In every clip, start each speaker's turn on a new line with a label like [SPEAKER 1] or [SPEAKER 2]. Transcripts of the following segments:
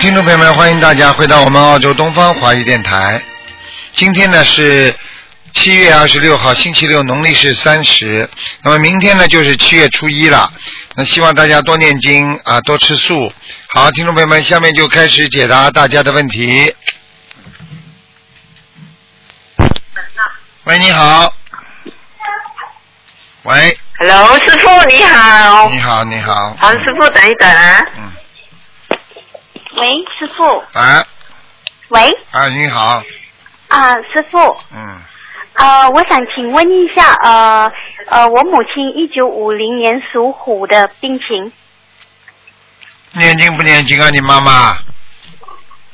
[SPEAKER 1] 听众朋友们，欢迎大家回到我们澳洲东方华语电台。今天呢是七月二十六号，星期六，农历是三十。那么明天呢就是七月初一了。那希望大家多念经啊，多吃素。好，听众朋友们，下面就开始解答大家的问题。喂，你好。喂，
[SPEAKER 2] Hello，师傅你好，
[SPEAKER 1] 你好，你好。
[SPEAKER 2] 黄师傅等一等啊，
[SPEAKER 1] 嗯，
[SPEAKER 3] 喂，师傅，
[SPEAKER 1] 啊
[SPEAKER 3] 喂，
[SPEAKER 1] 啊，你好，
[SPEAKER 3] 啊、师傅，
[SPEAKER 1] 嗯，
[SPEAKER 3] 呃，我想请问一下，呃，呃，我母亲一九五零年属虎的病情，
[SPEAKER 1] 念经不念经啊？你妈妈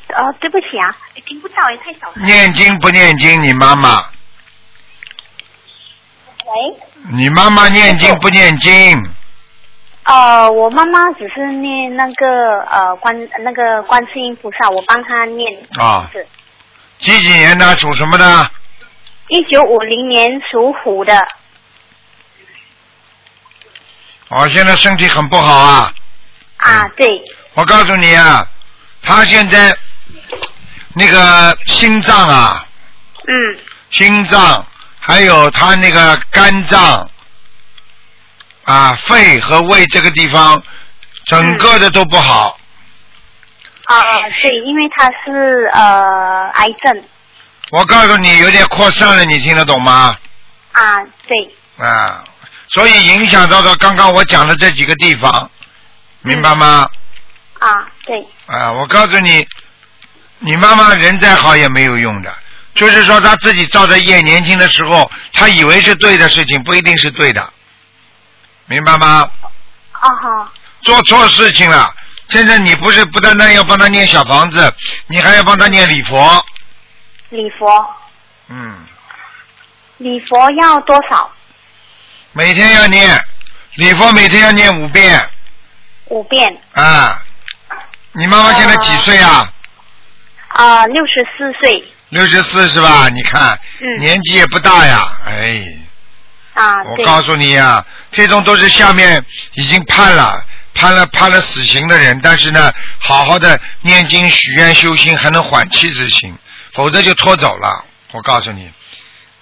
[SPEAKER 3] 呃，对不起啊，听不到，也太小声。
[SPEAKER 1] 念经不念经？你妈妈，
[SPEAKER 3] 喂，
[SPEAKER 1] 你妈妈念经不念经？
[SPEAKER 3] 呃，我妈妈只是念那个呃观那个观世音菩萨，我帮她念。
[SPEAKER 1] 啊
[SPEAKER 3] 是。
[SPEAKER 1] 几几年的？属什么的？
[SPEAKER 3] 一九五零年属虎的，
[SPEAKER 1] 哦，现在身体很不好啊！
[SPEAKER 3] 啊，对，
[SPEAKER 1] 我告诉你啊，他现在那个心脏啊，
[SPEAKER 3] 嗯，
[SPEAKER 1] 心脏还有他那个肝脏啊、肺和胃这个地方，整个的都不好。
[SPEAKER 3] 啊、啊，对，因为她是呃癌症，
[SPEAKER 1] 我告诉你，有点扩散了，你听得懂吗？
[SPEAKER 3] 啊，对，
[SPEAKER 1] 啊，所以影响到了刚刚我讲的这几个地方，明白吗？
[SPEAKER 3] 啊，对，
[SPEAKER 1] 啊，我告诉你，你妈妈人再好也没有用的，就是说她自己造的业，年轻的时候她以为是对的事情，不一定是对的，明白吗？
[SPEAKER 3] 啊哈。
[SPEAKER 1] 做错事情了，现在你不是不单单要帮她念小房子，你还要帮她念礼佛，
[SPEAKER 3] 礼佛，
[SPEAKER 1] 嗯，
[SPEAKER 3] 礼佛要多少？
[SPEAKER 1] 每天要念，礼佛每天要念五遍
[SPEAKER 3] 五遍。
[SPEAKER 1] 啊。你妈妈现在几岁啊？
[SPEAKER 3] 啊、六十四岁。
[SPEAKER 1] 六十四是吧？你看，
[SPEAKER 3] 嗯
[SPEAKER 1] 年纪也不大呀，哎，
[SPEAKER 3] 啊，
[SPEAKER 1] 我
[SPEAKER 3] 对。
[SPEAKER 1] 告诉你呀、这种都是下面已经判了、判了、判了死刑的人，但是呢，好好的念经、许愿、修心，还能缓期执行，否则就拖走了。我告诉你，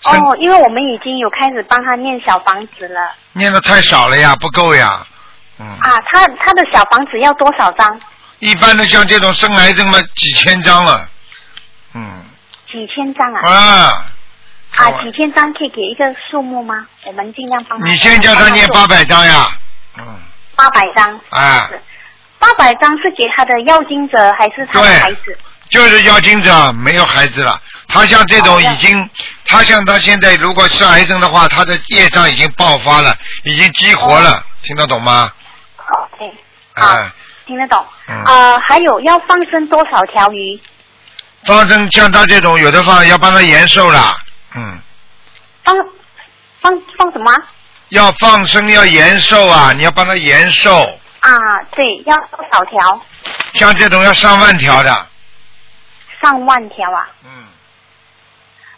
[SPEAKER 1] 身
[SPEAKER 3] 哦，因为我们已经有开始帮他念小房子了。
[SPEAKER 1] 念的太少了呀，不够呀。嗯，
[SPEAKER 3] 啊，他他的小房子要多少张？
[SPEAKER 1] 一般的像这种生癌症嘛，几千张了。嗯
[SPEAKER 3] 几千张啊？
[SPEAKER 1] 啊，好
[SPEAKER 3] 啊，几千张可以给一个数目吗？我们尽量帮他。
[SPEAKER 1] 啊你先叫他念八
[SPEAKER 3] 百
[SPEAKER 1] 百张呀。嗯，
[SPEAKER 3] 八百张，
[SPEAKER 1] 哎。
[SPEAKER 3] 八百张是给他的要经者还是他的
[SPEAKER 1] 对
[SPEAKER 3] 孩子？
[SPEAKER 1] 就是要精者没有孩子了。他像这种已经，他像他现在如果是癌症的话，他的业障已经爆发了，已经激活了，听得懂吗？
[SPEAKER 3] 哦，对，
[SPEAKER 1] 啊、
[SPEAKER 3] 好听得懂。
[SPEAKER 1] 嗯
[SPEAKER 3] 啊，还有要放生多少条鱼？
[SPEAKER 1] 放生像他这种，有的放要帮他延寿了，嗯，
[SPEAKER 3] 放放放什么啊？
[SPEAKER 1] 要放生要延寿啊，你要帮他延寿，
[SPEAKER 3] 啊，对，要多少条？
[SPEAKER 1] 像这种要上万条的，
[SPEAKER 3] 上万条啊！
[SPEAKER 1] 嗯，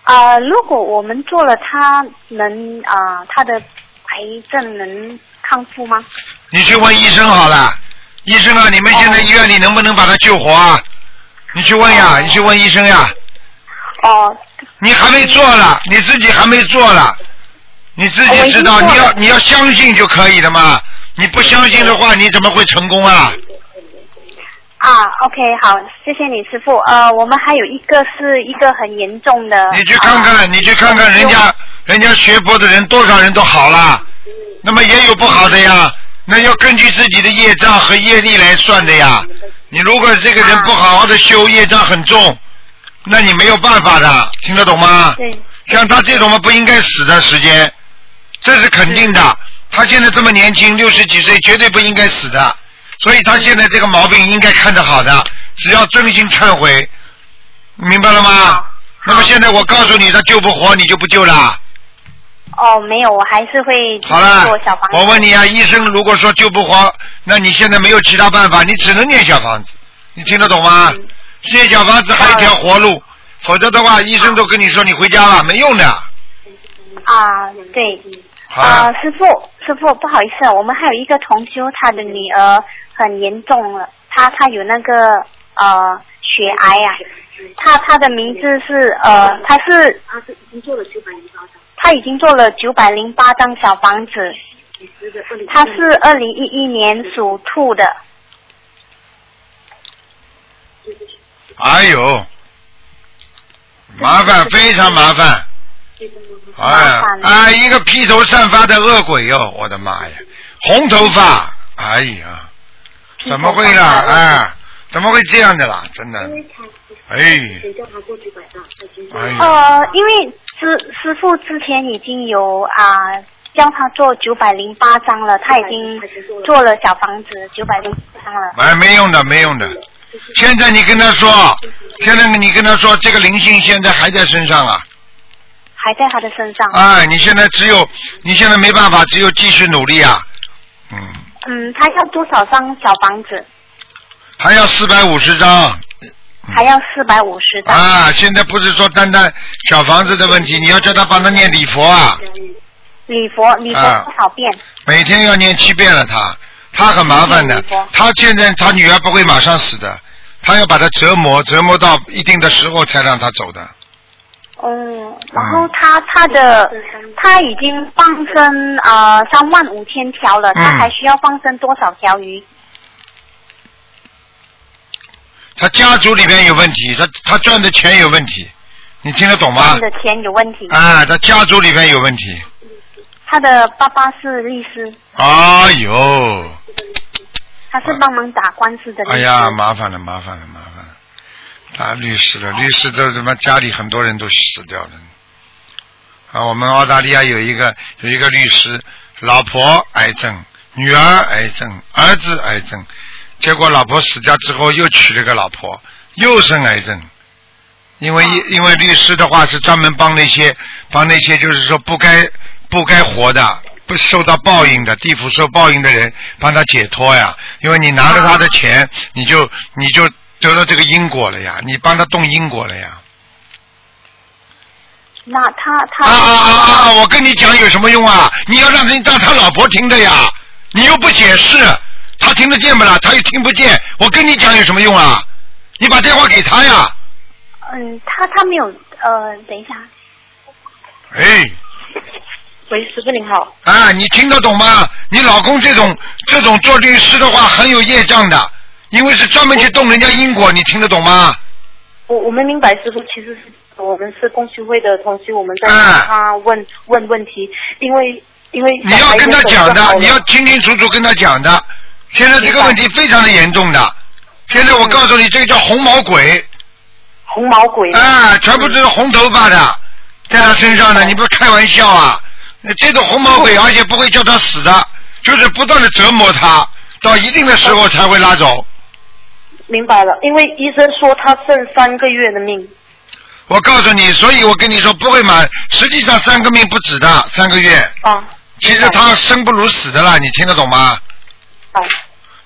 [SPEAKER 3] 呃，如果我们做了它，能啊、呃，它的癌症能康复吗？
[SPEAKER 1] 你去问医生好了，医生啊，你们现在医院里能不能把他救活啊？你去问呀，
[SPEAKER 3] 哦哦
[SPEAKER 1] 你去问医生呀。
[SPEAKER 3] 哦，
[SPEAKER 1] 你还没做了，你自己还没做了，你自己知道，
[SPEAKER 3] 我已
[SPEAKER 1] 你
[SPEAKER 3] 经做了
[SPEAKER 1] 要你要相信就可以了嘛。你不相信的话，你怎么会成功啊？
[SPEAKER 3] 啊，OK，好，谢谢你师傅。呃，我们还有一个是一个很严重的，
[SPEAKER 1] 你去看
[SPEAKER 3] 啊
[SPEAKER 1] 看，你去看看人家人家学佛的人，多少人都好了，那么也有不好的呀。那要根据自己的业障和业力来算的呀。你如果这个人
[SPEAKER 3] 啊
[SPEAKER 1] 不好好的修，业障很重，那你没有办法的，听得懂吗？
[SPEAKER 3] 对，
[SPEAKER 1] 像他这种嘛，不应该死的时间，这是肯定
[SPEAKER 3] 嗯
[SPEAKER 1] 的。他现在这么年轻，六十几岁，绝对不应该死的。所以他现在这个毛病应该看得好的，只要真心忏悔，明白了吗
[SPEAKER 3] 好？
[SPEAKER 1] 那么现在我告诉你，他救不活，你就不救了。
[SPEAKER 3] 哦，没有，我还是会继续
[SPEAKER 1] 好了
[SPEAKER 3] 做小房，子。
[SPEAKER 1] 我问你啊，医生如果说救不活，那你现在没有其他办法，你只能念小房子，你听得懂吗
[SPEAKER 3] 嗯？
[SPEAKER 1] 念小房子还有一条活路，否则的话，医生都跟你说你回家吧，没用的。
[SPEAKER 3] 啊，对，
[SPEAKER 1] 好
[SPEAKER 3] 啊、
[SPEAKER 1] 了，
[SPEAKER 3] 师傅，师傅，不好意啊思，我们还有一个同修，他的女儿很严重了，她她有那个呃血癌啊呀、他他的名字是呃，他是
[SPEAKER 4] 啊，这已经做了九百零八张，
[SPEAKER 3] 他已经做了九百零八张小房子，
[SPEAKER 4] 你是呃的二零。
[SPEAKER 3] 他是二零一一年属兔的，
[SPEAKER 1] 哎呦，麻烦非常麻烦，哎
[SPEAKER 3] 麻烦了
[SPEAKER 1] 哎，一个披头散发的恶鬼哟、我的妈呀，红头发，哎呀，怎么会啦？哎，怎么会这样的啦？真的
[SPEAKER 4] 因，为他，
[SPEAKER 1] 哎，
[SPEAKER 4] 谁叫他做九百张，他已经做
[SPEAKER 1] 哎
[SPEAKER 4] 了。
[SPEAKER 1] 呦
[SPEAKER 3] 呃，因为师师傅之前已经有啊、教他做九百零八张了，他已经做了小房子九百零八张了。
[SPEAKER 1] 哎，没用的，没用的。现在你跟他说，现在你跟他说，这个灵性现在还在身上啊。
[SPEAKER 3] 还在他的身上。
[SPEAKER 1] 哎，你现在只有，你现在没办法，只有继续努力啊。嗯，
[SPEAKER 3] 嗯，他要多少张小房子？
[SPEAKER 1] 还要四百五十张
[SPEAKER 3] 还要四百五十张。
[SPEAKER 1] 啊！现在不是说单单小房子的问题，你要叫他帮他念礼佛啊，
[SPEAKER 3] 礼佛，礼佛
[SPEAKER 1] 啊
[SPEAKER 3] 多少遍？
[SPEAKER 1] 每天要念七遍了他，他很麻烦的
[SPEAKER 3] 念礼佛。
[SPEAKER 1] 他现在他女儿不会马上死的，他要把他折磨折磨到一定的时候才让他走的。
[SPEAKER 3] 嗯，然后他他的他已经放生呃三万五千条了，他
[SPEAKER 1] 嗯
[SPEAKER 3] 还需要放生多少条鱼？
[SPEAKER 1] 他家族里面有问题，他他赚的钱有问题，你听得懂吗
[SPEAKER 3] 他？的钱有问题。
[SPEAKER 1] 啊，他家族里面有问题。
[SPEAKER 3] 他的爸爸是律师，
[SPEAKER 1] 哎呦，
[SPEAKER 3] 他是帮忙打官司的律师。
[SPEAKER 1] 哎呀，麻烦了，麻烦了，麻烦了！打律师了，律师都他妈家里很多人都死掉了。啊，我们澳大利亚有一个有一个律师，老婆癌症，女儿癌症，儿子癌症，结果老婆死掉之后又娶了个老婆，又生癌症。因为因为律师的话是专门帮那些帮那些就是说不该不该活的、不受到报应的、地府受报应的人帮他解脱呀。因为你拿了他的钱，你就你就得了这个因果了呀，你帮他动因果了呀。
[SPEAKER 3] 那他他
[SPEAKER 1] 啊啊啊啊啊！我跟你讲有什么用啊？你要让人让他老婆听的呀，你又不解释，他听得见不啦？他又听不见，我跟你讲有什么用啊？你把电话给他呀。
[SPEAKER 3] 嗯，他他没有呃，等一下，
[SPEAKER 1] 哎。
[SPEAKER 4] 喂，师傅您好，
[SPEAKER 1] 啊，你听得懂吗？你老公这种这种做律师的话很有业障的，因为是专门去动人家因果，你听得懂吗？
[SPEAKER 4] 我我们明白师傅其实是我们是共修会的同学，我们在
[SPEAKER 1] 哎
[SPEAKER 4] 帮他问问问题，因为因为
[SPEAKER 1] 你要跟他讲
[SPEAKER 4] 小孩
[SPEAKER 1] 的，
[SPEAKER 4] 子
[SPEAKER 1] 你要清清楚楚跟他讲的。现在这个问题非常的严重的，现在我告诉你，这个叫红毛鬼，
[SPEAKER 4] 红毛鬼，
[SPEAKER 1] 啊，全部都是红头发的，在他身上的，你不开玩笑啊？那这种红毛鬼，
[SPEAKER 4] 嗯
[SPEAKER 1] 而且不会叫他死的，就是不断的折磨他，到一定的时候才会拉走。
[SPEAKER 4] 明白了，因为医生说他剩三个月的命，
[SPEAKER 1] 我告诉你，所以我跟你说不会满，实际上三个命不止的，三个月。
[SPEAKER 4] 啊，
[SPEAKER 1] 其实他生不如死的啦，你听得懂吗？
[SPEAKER 4] 啊，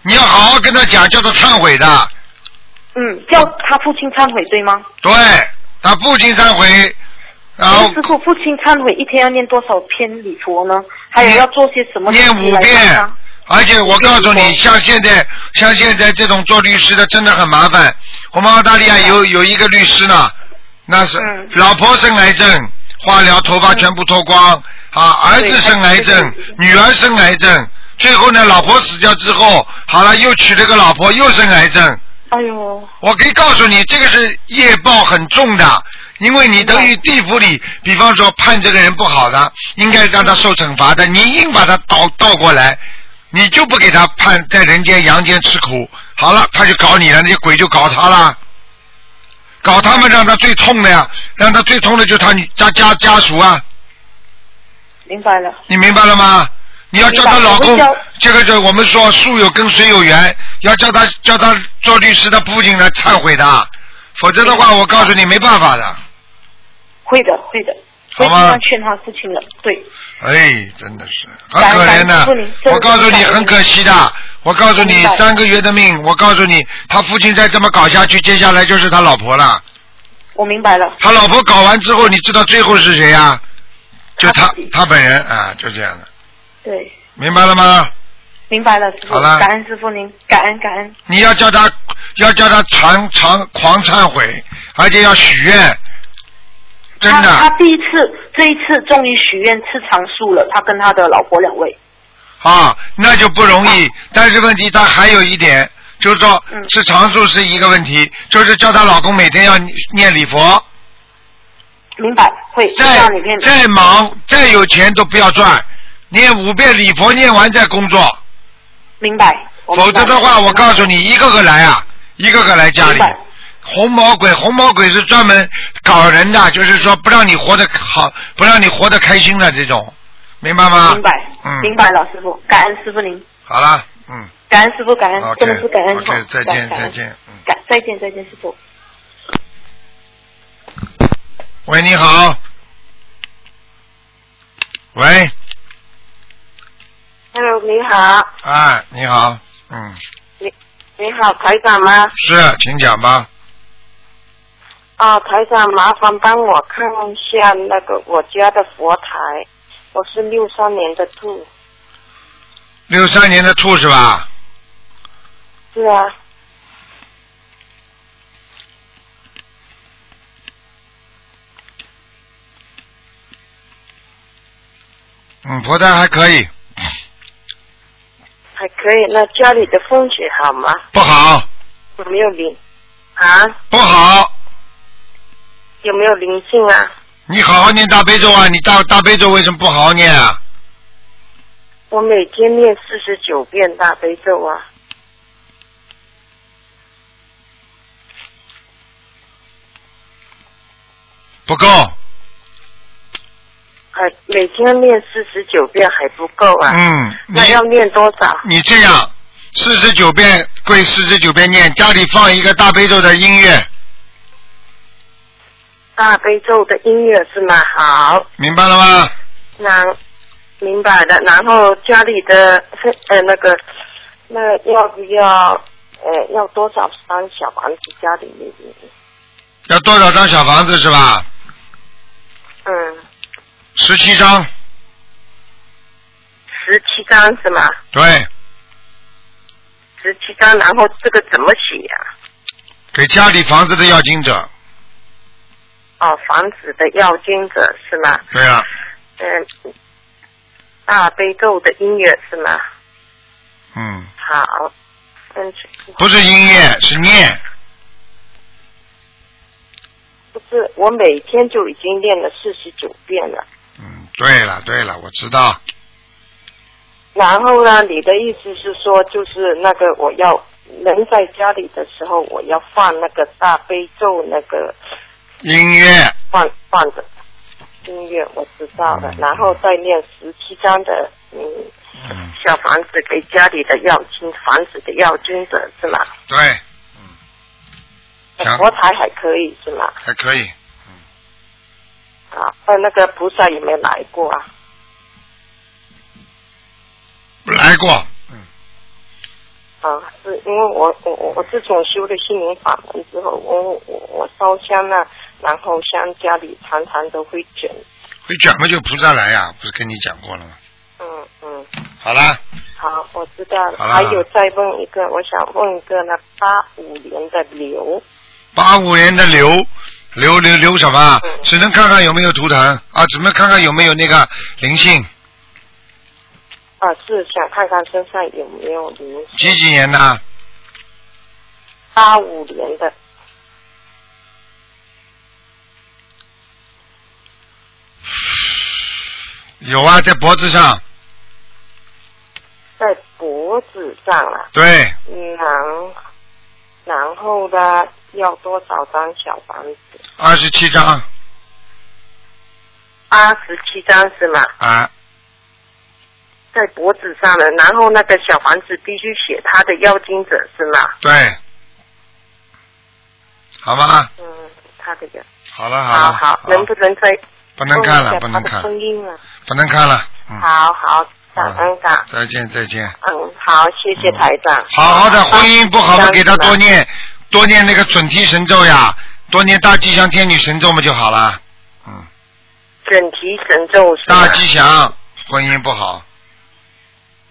[SPEAKER 1] 你要好好跟他讲，叫他忏悔的。
[SPEAKER 4] 嗯，叫他父亲忏悔对吗？
[SPEAKER 1] 对，他父亲忏悔，然后
[SPEAKER 4] 师傅，父亲忏悔一天要念多少篇礼佛呢？还有
[SPEAKER 1] 念
[SPEAKER 4] 要做些什么？
[SPEAKER 1] 念五遍。而且我告诉
[SPEAKER 4] 五
[SPEAKER 1] 你，
[SPEAKER 4] 遍
[SPEAKER 1] 像现在像现在这种做律师的真的很麻烦。我们澳大利亚有有一个律师呢，那是
[SPEAKER 4] 嗯
[SPEAKER 1] 老婆生癌症，化疗头发全部脱光啊，儿子
[SPEAKER 4] 对
[SPEAKER 1] 生癌症
[SPEAKER 4] 儿子，
[SPEAKER 1] 女儿生癌症，最后呢，老婆死掉之后，好了又娶了个老婆，又生癌症。
[SPEAKER 4] 哎呦，
[SPEAKER 1] 我可以告诉你，这个是业报很重的，因为你等于地府里，比方说判这个人不好的，应该让他受惩罚的，你硬把他倒倒过来，你就不给他判在人间阳间吃苦，好了，他就搞你了，那些鬼就搞他了。搞他们让他最痛的呀，让他最痛的就是他女家家家属啊，
[SPEAKER 4] 明白了，
[SPEAKER 1] 你明白了吗？你要叫她老公
[SPEAKER 4] 明白我会教，
[SPEAKER 1] 这个就我们说树有跟水有缘，要叫她叫她做律师的父亲来忏悔的，否则的话，
[SPEAKER 4] 嗯
[SPEAKER 1] 我告诉你没办法的。
[SPEAKER 4] 会的，会的。我已
[SPEAKER 1] 好
[SPEAKER 4] 经
[SPEAKER 1] 吗
[SPEAKER 4] 要劝他父亲了，对，
[SPEAKER 1] 哎，真的是很
[SPEAKER 4] 感
[SPEAKER 1] 可怜
[SPEAKER 4] 感恩师
[SPEAKER 1] 的
[SPEAKER 4] 父您，真的
[SPEAKER 1] 我告诉你
[SPEAKER 4] 感恩
[SPEAKER 1] 很可惜的，我告诉
[SPEAKER 4] 明
[SPEAKER 1] 你
[SPEAKER 4] 白
[SPEAKER 1] 三个月的命，我告诉你，他父亲再这么搞下去，接下来就是他老婆了。
[SPEAKER 4] 我明白了。
[SPEAKER 1] 他老婆搞完之后，你知道最后是谁呀、就
[SPEAKER 4] 他
[SPEAKER 1] 他
[SPEAKER 4] 自己
[SPEAKER 1] 他本人啊，就这样的，
[SPEAKER 4] 对，
[SPEAKER 1] 明白了吗？
[SPEAKER 4] 明白了，师傅
[SPEAKER 1] 好了，
[SPEAKER 4] 感恩师傅您，感恩感恩，
[SPEAKER 1] 你要叫他，要叫他常常狂忏悔，而且要许愿，真
[SPEAKER 4] 他他
[SPEAKER 1] 的
[SPEAKER 4] 第一次，这一次终于许愿吃长素了，他跟他的老婆两位。
[SPEAKER 1] 啊，那就不容易。但是问题他还有一点，就是说
[SPEAKER 4] 嗯
[SPEAKER 1] 吃长素是一个问题，就是叫她老公每天要念礼佛，
[SPEAKER 4] 明白，会
[SPEAKER 1] 再
[SPEAKER 4] 让你变。
[SPEAKER 1] 再忙再有钱都不要赚，念五遍礼佛念完再工作，
[SPEAKER 4] 明白。我明白
[SPEAKER 1] 否则的话我告诉你，一个个来啊，一个个来家
[SPEAKER 4] 明
[SPEAKER 1] 里。
[SPEAKER 4] 白
[SPEAKER 1] 红魔鬼，红魔鬼是专门搞人的，就是说不让你活得好，不让你活得开心的这种，明白吗？
[SPEAKER 4] 明白，
[SPEAKER 1] 嗯，
[SPEAKER 4] 明白了，师傅，感恩师傅您，
[SPEAKER 1] 好了，嗯
[SPEAKER 4] 感恩师傅，感恩
[SPEAKER 1] ，OK，
[SPEAKER 4] 真的是感恩
[SPEAKER 1] OK，再见，
[SPEAKER 4] 感
[SPEAKER 1] 再
[SPEAKER 4] 恩
[SPEAKER 1] 见，嗯。
[SPEAKER 4] 感再见再见师傅。
[SPEAKER 1] 喂，你好。喂，
[SPEAKER 2] Hello，你好，
[SPEAKER 1] 哎，你好，嗯，
[SPEAKER 2] 你好，台长吗？
[SPEAKER 1] 是，请讲吧。
[SPEAKER 2] 哦，台长，麻烦帮我看一下那个我家的佛台，我是六三年的兔。
[SPEAKER 1] 六三年的兔是吧？
[SPEAKER 2] 是啊，
[SPEAKER 1] 嗯，佛胎还可以，
[SPEAKER 2] 还可以。那家里的风水好吗？
[SPEAKER 1] 不好，
[SPEAKER 2] 有没有灵啊？
[SPEAKER 1] 不好。
[SPEAKER 2] 有没有灵性啊？
[SPEAKER 1] 你好好念大悲咒啊！你大大悲咒为什么不好好念啊？
[SPEAKER 2] 我每天念四十九遍大悲咒啊。
[SPEAKER 1] 不够，
[SPEAKER 2] 还呃每天念四十九遍还不够啊？
[SPEAKER 1] 嗯，你
[SPEAKER 2] 那要念多少？
[SPEAKER 1] 你这样，四十九遍归四十九遍念，家里放一个大悲咒的音乐，
[SPEAKER 2] 大悲咒的音乐是吗？好，
[SPEAKER 1] 明白了吗？
[SPEAKER 2] 然明白了。然后家里的呃那个那要不要呃要多少张小房子家里面？
[SPEAKER 1] 要多少张小房子是吧？
[SPEAKER 2] 嗯，
[SPEAKER 1] 十七张，
[SPEAKER 2] 十七张是吗？
[SPEAKER 1] 对，
[SPEAKER 2] 十七张，然后这个怎么写啊呀、
[SPEAKER 1] 给家里房子的要经者，
[SPEAKER 2] 哦，防止的要经者是吗？
[SPEAKER 1] 对啊了，
[SPEAKER 2] 嗯，大悲咒的音乐是吗？
[SPEAKER 1] 嗯，
[SPEAKER 2] 好，嗯，
[SPEAKER 1] 不是音乐，是念，
[SPEAKER 2] 不是，我每天就已经练了四十九遍了。
[SPEAKER 1] 嗯，对了，对了，我知道，
[SPEAKER 2] 然后呢，你的意思是说，就是那个我要人在家里的时候，我要放那个大悲咒，那个
[SPEAKER 1] 音乐，
[SPEAKER 2] 放放着音乐，我知道了
[SPEAKER 1] 嗯。
[SPEAKER 2] 然后再念十七章的嗯
[SPEAKER 1] 嗯，
[SPEAKER 2] 小房子给家里的要经，房子的要经者是吗？
[SPEAKER 1] 对，行
[SPEAKER 2] 佛台还可以是吗？
[SPEAKER 1] 还可以，
[SPEAKER 2] 啊，呃，那个菩萨有没有来过啊？
[SPEAKER 1] 来过，嗯，
[SPEAKER 2] 啊，是因为我我我我自从修了心灵法门之后，我我我烧香啊，然后香家里常常都会卷，
[SPEAKER 1] 会卷嘛就菩萨来呀、啊不是跟你讲过了吗？
[SPEAKER 2] 嗯嗯，
[SPEAKER 1] 好啦，
[SPEAKER 2] 好，我知道了。
[SPEAKER 1] 好啦
[SPEAKER 2] 还有再问一个，我想问一个那八五年的牛，
[SPEAKER 1] 八五年的瘤，瘤瘤瘤什么啊？
[SPEAKER 2] 嗯
[SPEAKER 1] 只能看看有没有图腾啊，只能看看有没有那个灵性。
[SPEAKER 2] 啊，是想看看身上有没有灵
[SPEAKER 1] 几
[SPEAKER 2] 性。
[SPEAKER 1] 几年的？啊
[SPEAKER 2] 八五年的，
[SPEAKER 1] 有啊，在脖子上。
[SPEAKER 2] 在脖子上啊，
[SPEAKER 1] 对，
[SPEAKER 2] 嗯然然后呢，要多少张小房子？
[SPEAKER 1] 二十七张
[SPEAKER 2] 八十七张是吗？
[SPEAKER 1] 啊，
[SPEAKER 2] 在脖子上了，然后那个小房子必须写他的要经者是吗？
[SPEAKER 1] 对，好吗？
[SPEAKER 2] 嗯，他的要。
[SPEAKER 1] 啊好了
[SPEAKER 2] 好
[SPEAKER 1] 了，
[SPEAKER 2] 好，能不能再
[SPEAKER 1] 不能看了，不
[SPEAKER 2] 问
[SPEAKER 1] 能
[SPEAKER 2] 一下哦他的
[SPEAKER 1] 看，
[SPEAKER 2] 声音了？
[SPEAKER 1] 不能看了。嗯，
[SPEAKER 2] 好好，感
[SPEAKER 1] 好
[SPEAKER 2] 恩感，
[SPEAKER 1] 再见再见。
[SPEAKER 2] 嗯，好，谢谢台长。
[SPEAKER 1] 嗯好好的婚姻不好嘛，
[SPEAKER 2] 这样
[SPEAKER 1] 给他
[SPEAKER 2] 子吧
[SPEAKER 1] 多念多念那个准提神咒呀，多念大吉祥天女神咒嘛就好了。嗯，
[SPEAKER 2] 准提神咒是吗
[SPEAKER 1] 大吉祥，婚姻不好，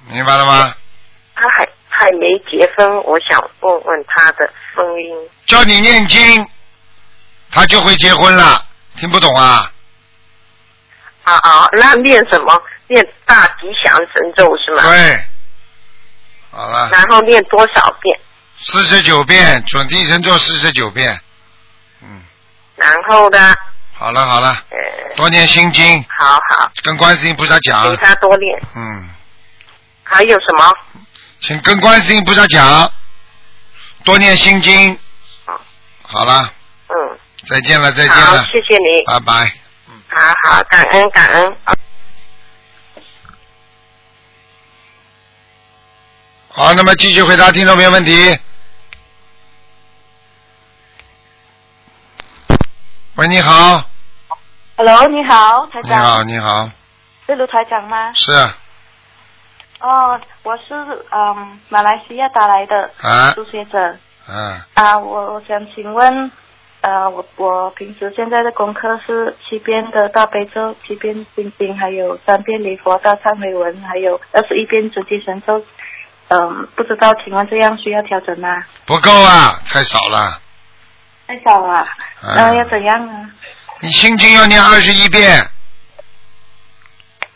[SPEAKER 1] 明白了吗？
[SPEAKER 2] 他还还没结婚，我想问问他的婚姻。
[SPEAKER 1] 叫你念经，他就会结婚了，听不懂啊？
[SPEAKER 2] 啊啊，那念什么？念大吉祥神咒是吗？
[SPEAKER 1] 对，好了，
[SPEAKER 2] 然后念多少遍？
[SPEAKER 1] 四十九遍准提神咒四十九遍，嗯，
[SPEAKER 2] 然后呢？
[SPEAKER 1] 好了好了，
[SPEAKER 2] 呃，
[SPEAKER 1] 多念心经，
[SPEAKER 2] 好好，
[SPEAKER 1] 跟观世音菩萨
[SPEAKER 2] 给
[SPEAKER 1] 讲，
[SPEAKER 2] 他多练。
[SPEAKER 1] 嗯，
[SPEAKER 2] 还有什么？
[SPEAKER 1] 请跟观世音菩萨讲，多念心经
[SPEAKER 2] 好。
[SPEAKER 1] 好了，
[SPEAKER 2] 嗯，
[SPEAKER 1] 再见了再见
[SPEAKER 2] 好
[SPEAKER 1] 了，，
[SPEAKER 2] 谢谢你。
[SPEAKER 1] 拜拜。
[SPEAKER 2] 好好，感恩感恩。
[SPEAKER 1] 好，那么继续回答听众朋友问题。喂，你好，
[SPEAKER 5] Hello，你好，台
[SPEAKER 1] 你好，
[SPEAKER 5] 长，
[SPEAKER 1] 你好，
[SPEAKER 5] 是卢台长吗？
[SPEAKER 1] 是
[SPEAKER 5] 哦，我是嗯马来西亚打来的
[SPEAKER 1] 啊，
[SPEAKER 5] 初学者
[SPEAKER 1] 嗯，
[SPEAKER 5] 啊，我我想请问，呃，我我平时现在的功课是七遍的大悲咒、七遍心经，还有三遍礼佛大忏悔文，还有二十一遍准提神咒。嗯，不知道，请问这样需要调整吗？
[SPEAKER 1] 不够啊，太少了。
[SPEAKER 5] 太少了，
[SPEAKER 1] 嗯
[SPEAKER 5] 呃，要怎样啊？
[SPEAKER 1] 你心经要念二十一遍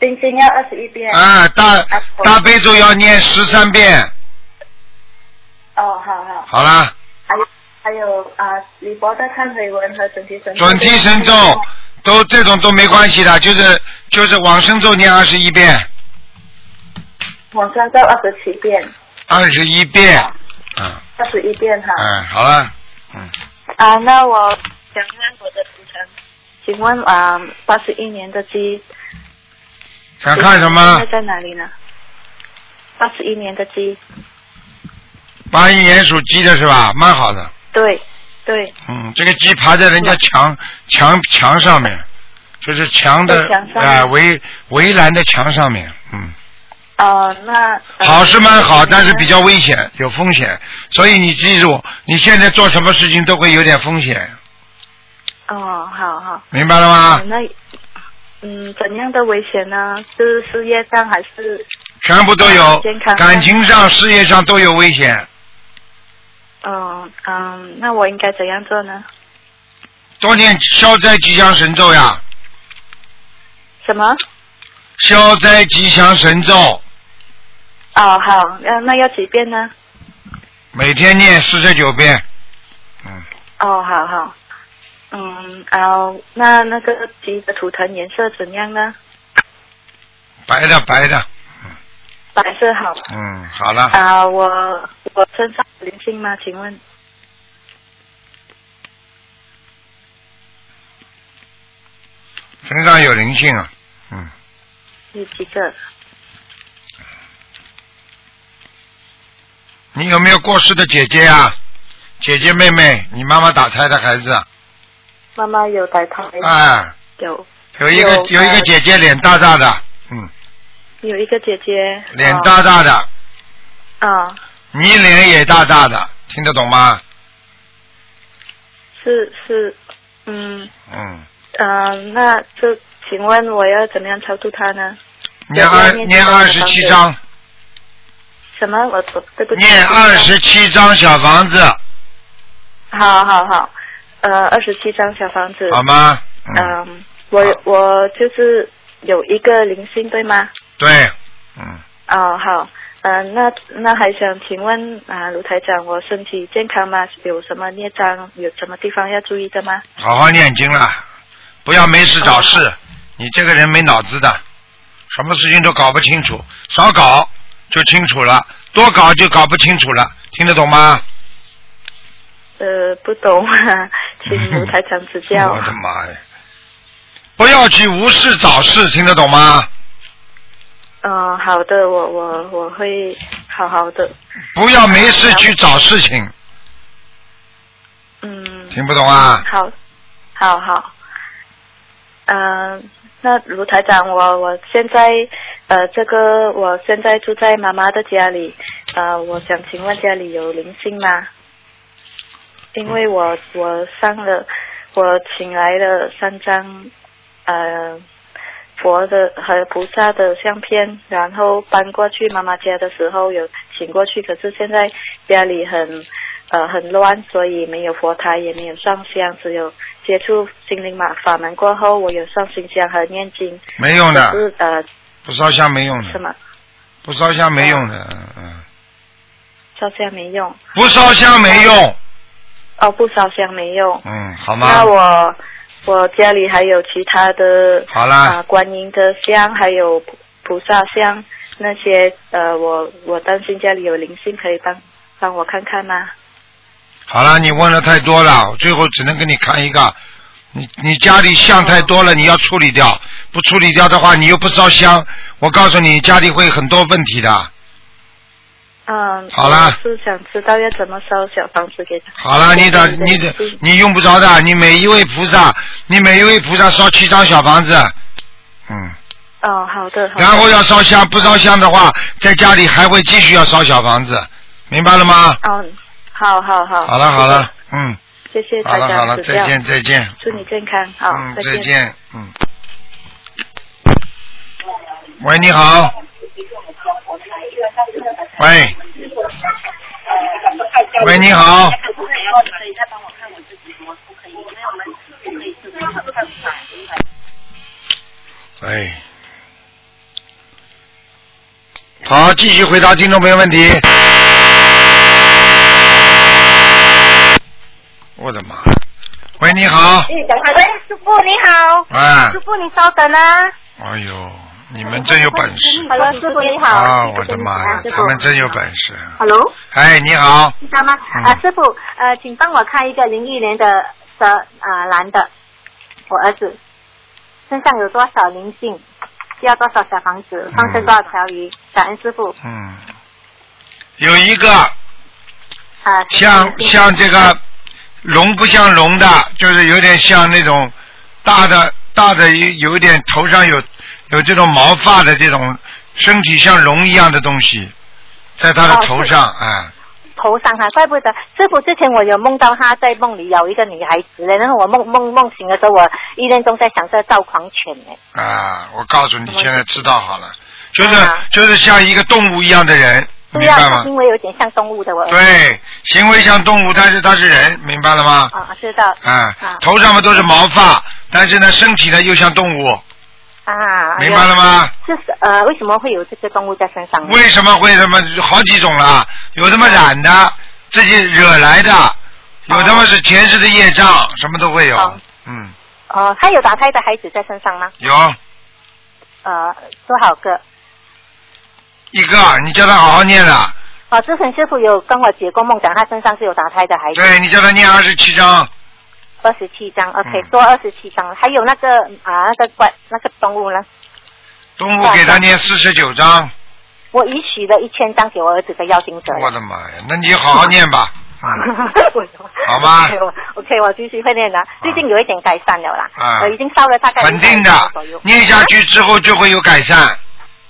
[SPEAKER 5] 心经要二十一遍。
[SPEAKER 1] 啊，大
[SPEAKER 2] 呃
[SPEAKER 5] 啊我
[SPEAKER 1] 大悲咒要念十三遍，
[SPEAKER 5] 哦，好好。
[SPEAKER 1] 好啦，
[SPEAKER 5] 还有还有啊，李博的忏悔文和准提神咒
[SPEAKER 1] 准提神咒都这种都没关系的，就是就是往生咒念二十一遍，
[SPEAKER 5] 往上到二十七遍，
[SPEAKER 1] 二十一遍，嗯
[SPEAKER 5] 二十一遍哈。
[SPEAKER 1] 嗯，好了，嗯，
[SPEAKER 5] 啊，那我想问我的图腾，请问啊，八十一年的鸡
[SPEAKER 1] 想看什么
[SPEAKER 5] 现？在在哪里呢？八十一年的鸡，
[SPEAKER 1] 八一年属鸡的是吧？蛮好的，
[SPEAKER 5] 对对，
[SPEAKER 1] 嗯，这个鸡爬在人家墙墙墙上面，就是墙的
[SPEAKER 5] 在墙上面
[SPEAKER 1] 啊、围围栏的墙上面，嗯。
[SPEAKER 5] 啊，那呃
[SPEAKER 1] 好是蛮好，但
[SPEAKER 5] 嗯
[SPEAKER 1] 是比较危险，有风险，所以你记住，你现在做什么事情都会有点风险，
[SPEAKER 5] 哦，好好
[SPEAKER 1] 明白了吗
[SPEAKER 5] 啊，？那嗯，怎样的危险呢？是事业上还是
[SPEAKER 1] 全部都有
[SPEAKER 5] 健康，
[SPEAKER 1] 感情上、事业上都有危险，
[SPEAKER 5] 嗯嗯？那我应该怎样做呢？
[SPEAKER 1] 多念消灾吉祥神咒呀，
[SPEAKER 5] 什么？
[SPEAKER 1] 消灾吉祥神咒，
[SPEAKER 5] 哦，好，那那要几遍呢？
[SPEAKER 1] 每天念四十九遍，嗯，
[SPEAKER 5] 哦，好好，嗯，哦，那那个鸡的图腾颜色怎样呢？
[SPEAKER 1] 白的白的，
[SPEAKER 5] 白色好。
[SPEAKER 1] 嗯，好了，
[SPEAKER 5] 啊、我我身上有灵性吗？请问？
[SPEAKER 1] 身上有灵性啊，嗯，
[SPEAKER 5] 有几个？
[SPEAKER 1] 你有没有过世的姐姐呀？姐姐妹妹，你妈妈打胎的孩子，啊
[SPEAKER 5] 妈妈有白头，
[SPEAKER 1] 哎。
[SPEAKER 5] 有
[SPEAKER 1] 有一个
[SPEAKER 5] 有
[SPEAKER 1] 有一个
[SPEAKER 5] 呃
[SPEAKER 1] 姐姐脸大大的，嗯，
[SPEAKER 5] 有一个姐姐。
[SPEAKER 1] 脸大大
[SPEAKER 5] 哦
[SPEAKER 1] 的，
[SPEAKER 5] 啊、哦
[SPEAKER 1] 你脸也大大的，听得懂吗？
[SPEAKER 5] 是是，嗯
[SPEAKER 1] 嗯，
[SPEAKER 5] 呃，那就请问我要怎么样超度她呢？
[SPEAKER 1] 念
[SPEAKER 5] 我
[SPEAKER 1] 二
[SPEAKER 5] 念
[SPEAKER 1] 念
[SPEAKER 5] 多少
[SPEAKER 1] 二
[SPEAKER 5] 张
[SPEAKER 1] 十七
[SPEAKER 5] 对
[SPEAKER 1] 章，
[SPEAKER 5] 什么？我我对不起。
[SPEAKER 1] 念二。十七章小房子，
[SPEAKER 5] 好好好，呃，二十七张小房 子。
[SPEAKER 1] 好吗？嗯，
[SPEAKER 5] 嗯，我
[SPEAKER 1] 好
[SPEAKER 5] 我就是有一个灵性，对吗？
[SPEAKER 1] 对，嗯，
[SPEAKER 5] 哦，好，嗯、那那还想请问啊、卢台长，我身体健康吗？有什么孽障？有什么地方要注意的吗？
[SPEAKER 1] 好好念经啦，不要没事找事。你这个人没脑子的，什么事情都搞不清楚，少搞就清楚了，多搞就搞不清楚了，听得懂吗？
[SPEAKER 5] 呃，不懂， 请卢台长 指教
[SPEAKER 1] 我。的妈呀！不要去无事找事，听得懂吗？
[SPEAKER 5] 嗯、好的，我我我会好好的。
[SPEAKER 1] 不要没事去找事情，
[SPEAKER 5] 嗯，
[SPEAKER 1] 听不懂啊？
[SPEAKER 5] 好，好好。嗯、那卢台长，我我现在呃，这个我现在住在妈妈的家里，呃，我想请问家里有灵性吗？因为我我上了，我请来了三张呃佛的和菩萨的相片，然后搬过去妈妈家的时候有请过去，可是现在家里很呃很乱，所以没有佛台，也没有上香，只有接触心灵法法门过后，我有上心香和念经。
[SPEAKER 1] 没用的
[SPEAKER 5] 可，是呃，
[SPEAKER 1] 不烧香没用
[SPEAKER 5] 什
[SPEAKER 1] 的，
[SPEAKER 5] 么
[SPEAKER 1] 不烧香没用的，嗯嗯，
[SPEAKER 5] 烧香没用，
[SPEAKER 1] 不烧香没用，
[SPEAKER 5] 哦，不烧香没用。
[SPEAKER 1] 嗯，好吗
[SPEAKER 5] 那？我我家里还有其他的
[SPEAKER 1] 好
[SPEAKER 5] 啊、
[SPEAKER 1] 啦，
[SPEAKER 5] 观音的像，还有菩菩萨像那些，呃，我我担心家里有灵性，可以帮帮我看看吗？
[SPEAKER 1] 好啦，你问的太多了，最后只能给你看一个。你你家里像太多了，你要处理掉，不处理掉的话，你又不烧香，我告诉你，家里会很多问题的。
[SPEAKER 5] 嗯，
[SPEAKER 1] 好啦
[SPEAKER 5] 我是想知道要怎么烧小房子给他。
[SPEAKER 1] 好了，你的
[SPEAKER 5] 对对
[SPEAKER 1] 你的
[SPEAKER 5] 对
[SPEAKER 1] 你用不着的，你每一位菩萨，你每一位菩萨烧七张小房子，嗯，
[SPEAKER 5] 哦，好的，好的。
[SPEAKER 1] 然后要烧香，不烧香的话，在家里还会继续要烧小房子，明白了吗？
[SPEAKER 5] 嗯，好好好。
[SPEAKER 1] 好了好了，，嗯，
[SPEAKER 5] 谢谢
[SPEAKER 1] 好
[SPEAKER 5] 大
[SPEAKER 1] 了
[SPEAKER 5] 家
[SPEAKER 1] 好了，
[SPEAKER 5] 指
[SPEAKER 1] 再
[SPEAKER 5] 教，
[SPEAKER 1] 见再见，
[SPEAKER 5] 祝你健康，好，
[SPEAKER 1] 嗯，
[SPEAKER 5] 再
[SPEAKER 1] 再见，嗯。喂，你好。喂。喂，你好。哎。好，继续回答听众朋友问题。我的妈！喂，你好。
[SPEAKER 4] 哎
[SPEAKER 6] 喂，哎师傅你好，
[SPEAKER 1] 啊
[SPEAKER 6] 师，傅你稍等啊。
[SPEAKER 1] 哎呦，你们真哎有本事
[SPEAKER 6] 好了，师傅你好。
[SPEAKER 1] 啊！我的妈呀，
[SPEAKER 6] 师傅
[SPEAKER 1] 他们真有本事。
[SPEAKER 6] Hello，
[SPEAKER 1] 哎，你好，嗯
[SPEAKER 6] 知道吗？啊，师傅，呃，请帮我看一个零一年的蛇啊、男的，我儿子身上有多少灵性？需要多少小房子？放生多少条鱼？感恩师傅
[SPEAKER 1] 嗯，有一个
[SPEAKER 6] 啊。
[SPEAKER 1] 像像这个龙不像龙的，就是有点像那种大的大的有有点头上有有这种毛发的这种身体像龙一样的东西，在他的
[SPEAKER 6] 哦
[SPEAKER 1] 头
[SPEAKER 6] 是
[SPEAKER 1] 上啊。
[SPEAKER 6] 头上哈、怪不得师傅之前我有梦到他在梦里有一个女孩子嘞，然后我梦梦梦醒的时候，我意念中在想这赵狂犬呢。
[SPEAKER 1] 啊，我告诉你，现在知道好了，就是、
[SPEAKER 6] 啊
[SPEAKER 1] 就是像一个动物一样的人，
[SPEAKER 6] 对
[SPEAKER 1] 明
[SPEAKER 6] 呀、
[SPEAKER 1] 白
[SPEAKER 6] 他
[SPEAKER 1] 吗？
[SPEAKER 6] 啊因为有点像动物的我。
[SPEAKER 1] 对，行为像动物，但是它是人，明白了吗？
[SPEAKER 6] 啊，知道
[SPEAKER 1] 啊
[SPEAKER 6] 啊，
[SPEAKER 1] 头上面都是毛发，但是呢，身体呢又像动物，
[SPEAKER 6] 啊，
[SPEAKER 1] 明白了吗？
[SPEAKER 6] 是呃，为什么会有这个动物在身上呢？
[SPEAKER 1] 为什么会这么好几种了？有他妈染的，自己惹来的，有他妈是前世的业障，什么都会有
[SPEAKER 6] 哦。
[SPEAKER 1] 嗯，
[SPEAKER 6] 哦，他有打胎的孩子在身上吗？
[SPEAKER 1] 有
[SPEAKER 6] 呃，多少个？
[SPEAKER 1] 一个，你叫他好好念了，
[SPEAKER 6] 哦，之前师傅有跟我解过梦，讲他身上是有打胎的孩子，
[SPEAKER 1] 对你叫他念二十七章，
[SPEAKER 6] 二十七张，OK，
[SPEAKER 1] 嗯
[SPEAKER 6] 多二十七张。还有那个啊，那个怪那个动物呢？
[SPEAKER 1] 动物给他念四十九章。
[SPEAKER 6] 我已许了一千张给我儿子的妖精者。
[SPEAKER 1] 我的妈哎呀，那你就好好念吧。嗯 好吧
[SPEAKER 6] OK，我，OK，我继续会念的，最近有一点改善了啦，
[SPEAKER 1] 啊
[SPEAKER 6] 我已经烧了大概
[SPEAKER 1] 肯定
[SPEAKER 6] 100张
[SPEAKER 1] 的
[SPEAKER 6] 左右，
[SPEAKER 1] 念下去之后就会有改善。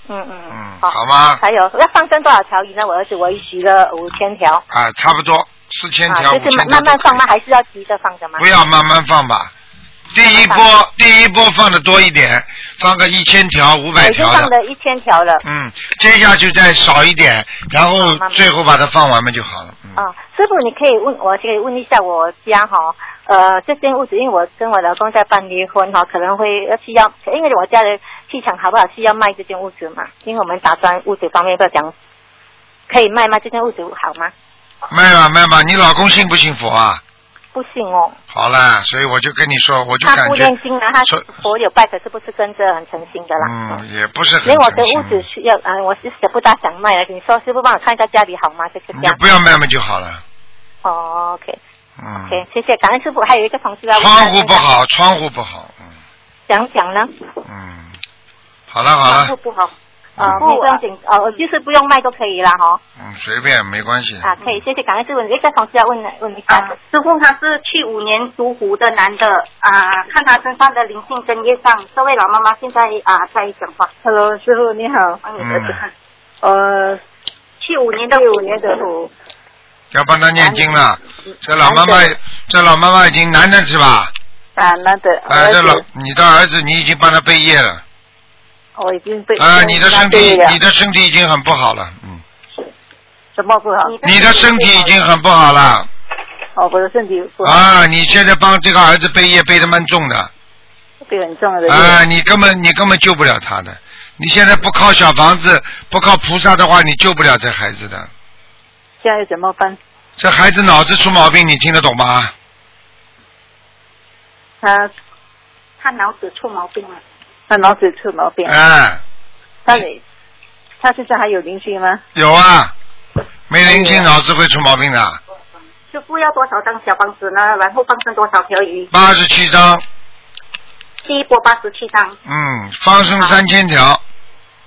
[SPEAKER 6] 嗯嗯
[SPEAKER 1] 嗯，
[SPEAKER 6] 好
[SPEAKER 1] 好吗？
[SPEAKER 6] 还有要放生多少条鱼呢？我儿子我已许了五千条，
[SPEAKER 1] 啊，差不多四千条、
[SPEAKER 6] 啊，
[SPEAKER 1] 五
[SPEAKER 6] 就是
[SPEAKER 1] 千条
[SPEAKER 6] 慢
[SPEAKER 1] 都
[SPEAKER 6] 慢
[SPEAKER 1] 可以
[SPEAKER 6] 放吗？还是要急着放的吗？
[SPEAKER 1] 不要慢慢放吧。第一波，第一波放的多一点，放个一千条、五
[SPEAKER 6] 我
[SPEAKER 1] 百
[SPEAKER 6] 已经
[SPEAKER 1] 条
[SPEAKER 6] 放
[SPEAKER 1] 的。
[SPEAKER 6] 了一千条了。
[SPEAKER 1] 嗯，接下去再少一点，然后
[SPEAKER 6] 慢慢
[SPEAKER 1] 最后把它放完嘛就好了。嗯，
[SPEAKER 6] 啊，师傅，你可以问我，可以问一下我家哈，呃，这间屋子，因为我跟我老公在办离婚哈，可能会要需要，因为我家的气场好不好，需要卖这间屋子嘛，因为我们打算屋子方面不要讲，可以卖吗？这间屋子好吗？
[SPEAKER 1] 卖吧卖吧，你老公信不信佛啊？
[SPEAKER 6] 不行哦，
[SPEAKER 1] 好啦，所以我就跟你说，我就
[SPEAKER 6] 他
[SPEAKER 1] 感
[SPEAKER 6] 不
[SPEAKER 1] 觉
[SPEAKER 6] 念经啊，他
[SPEAKER 1] 说
[SPEAKER 6] 佛有拜，可是不是跟着很诚心的啦。
[SPEAKER 1] 嗯也不是很
[SPEAKER 6] 连我的
[SPEAKER 1] 诚
[SPEAKER 6] 屋
[SPEAKER 1] 信
[SPEAKER 6] 子需要，啊、我是舍不大想卖啊了。你说师傅帮我看一下家里好吗？这个
[SPEAKER 1] 你
[SPEAKER 6] 家
[SPEAKER 1] 就。不要卖嘛就好了。
[SPEAKER 6] 哦，OK，OK，、
[SPEAKER 1] 嗯，
[SPEAKER 6] 谢谢，感恩师傅。还有一个同事要问
[SPEAKER 1] 窗户不
[SPEAKER 6] 他，
[SPEAKER 1] 好，窗户不好。嗯
[SPEAKER 6] 讲讲呢？
[SPEAKER 1] 嗯，好了好嗯了，
[SPEAKER 6] 不好。啊，不用紧，呃，就是不用卖都可以啦，哈。
[SPEAKER 1] 嗯，随便没关系的。
[SPEAKER 6] 啊，可以，谢谢，感恩师傅。一个同事要问问呃一
[SPEAKER 7] 啊
[SPEAKER 6] 下，，
[SPEAKER 7] 师傅他是去五年属虎的男的啊，看他身上的灵性跟业障。这位老妈妈现在啊在讲话，
[SPEAKER 8] Hello，师傅你好，
[SPEAKER 7] 帮你儿子看
[SPEAKER 1] 嗯，。
[SPEAKER 8] 呃，
[SPEAKER 7] 去五年的
[SPEAKER 8] 六
[SPEAKER 7] 虎
[SPEAKER 8] 五年的虎，
[SPEAKER 1] 要帮他念经了。这老妈妈，这老妈妈已经男的是吧？
[SPEAKER 8] 啊，男的，
[SPEAKER 1] 哎，
[SPEAKER 8] 儿
[SPEAKER 1] 这
[SPEAKER 8] 子
[SPEAKER 1] 老你的儿子，你已经帮他背业了。
[SPEAKER 9] 我已经被
[SPEAKER 1] 啊，你的身体
[SPEAKER 9] 对了
[SPEAKER 1] 你的身体已经很不好了，嗯，
[SPEAKER 9] 什么不好？
[SPEAKER 1] 你的身体已经很不好了
[SPEAKER 9] 哦，我的身体不好，
[SPEAKER 1] 啊！你现在帮这个儿子背业背的蛮重的，
[SPEAKER 9] 被很重的。
[SPEAKER 1] 啊，你根本你根本救不了他的。你现在不靠小房子，不靠菩萨的话，你救不了这孩子的。
[SPEAKER 9] 现在怎么办？
[SPEAKER 1] 这孩子脑子出毛病，你听得懂吗？
[SPEAKER 9] 他
[SPEAKER 6] 他脑子出毛病了。
[SPEAKER 9] 他脑子出毛病，
[SPEAKER 1] 哎，
[SPEAKER 9] 他他身上还有灵性吗？
[SPEAKER 1] 有啊，没灵性脑子会出毛病的。
[SPEAKER 6] 师傅要多少张小房子呢？然后放生多少条鱼？
[SPEAKER 1] 八十七章，
[SPEAKER 6] 第一波八十七张，
[SPEAKER 1] 嗯，放生三千
[SPEAKER 9] 啊
[SPEAKER 1] 条，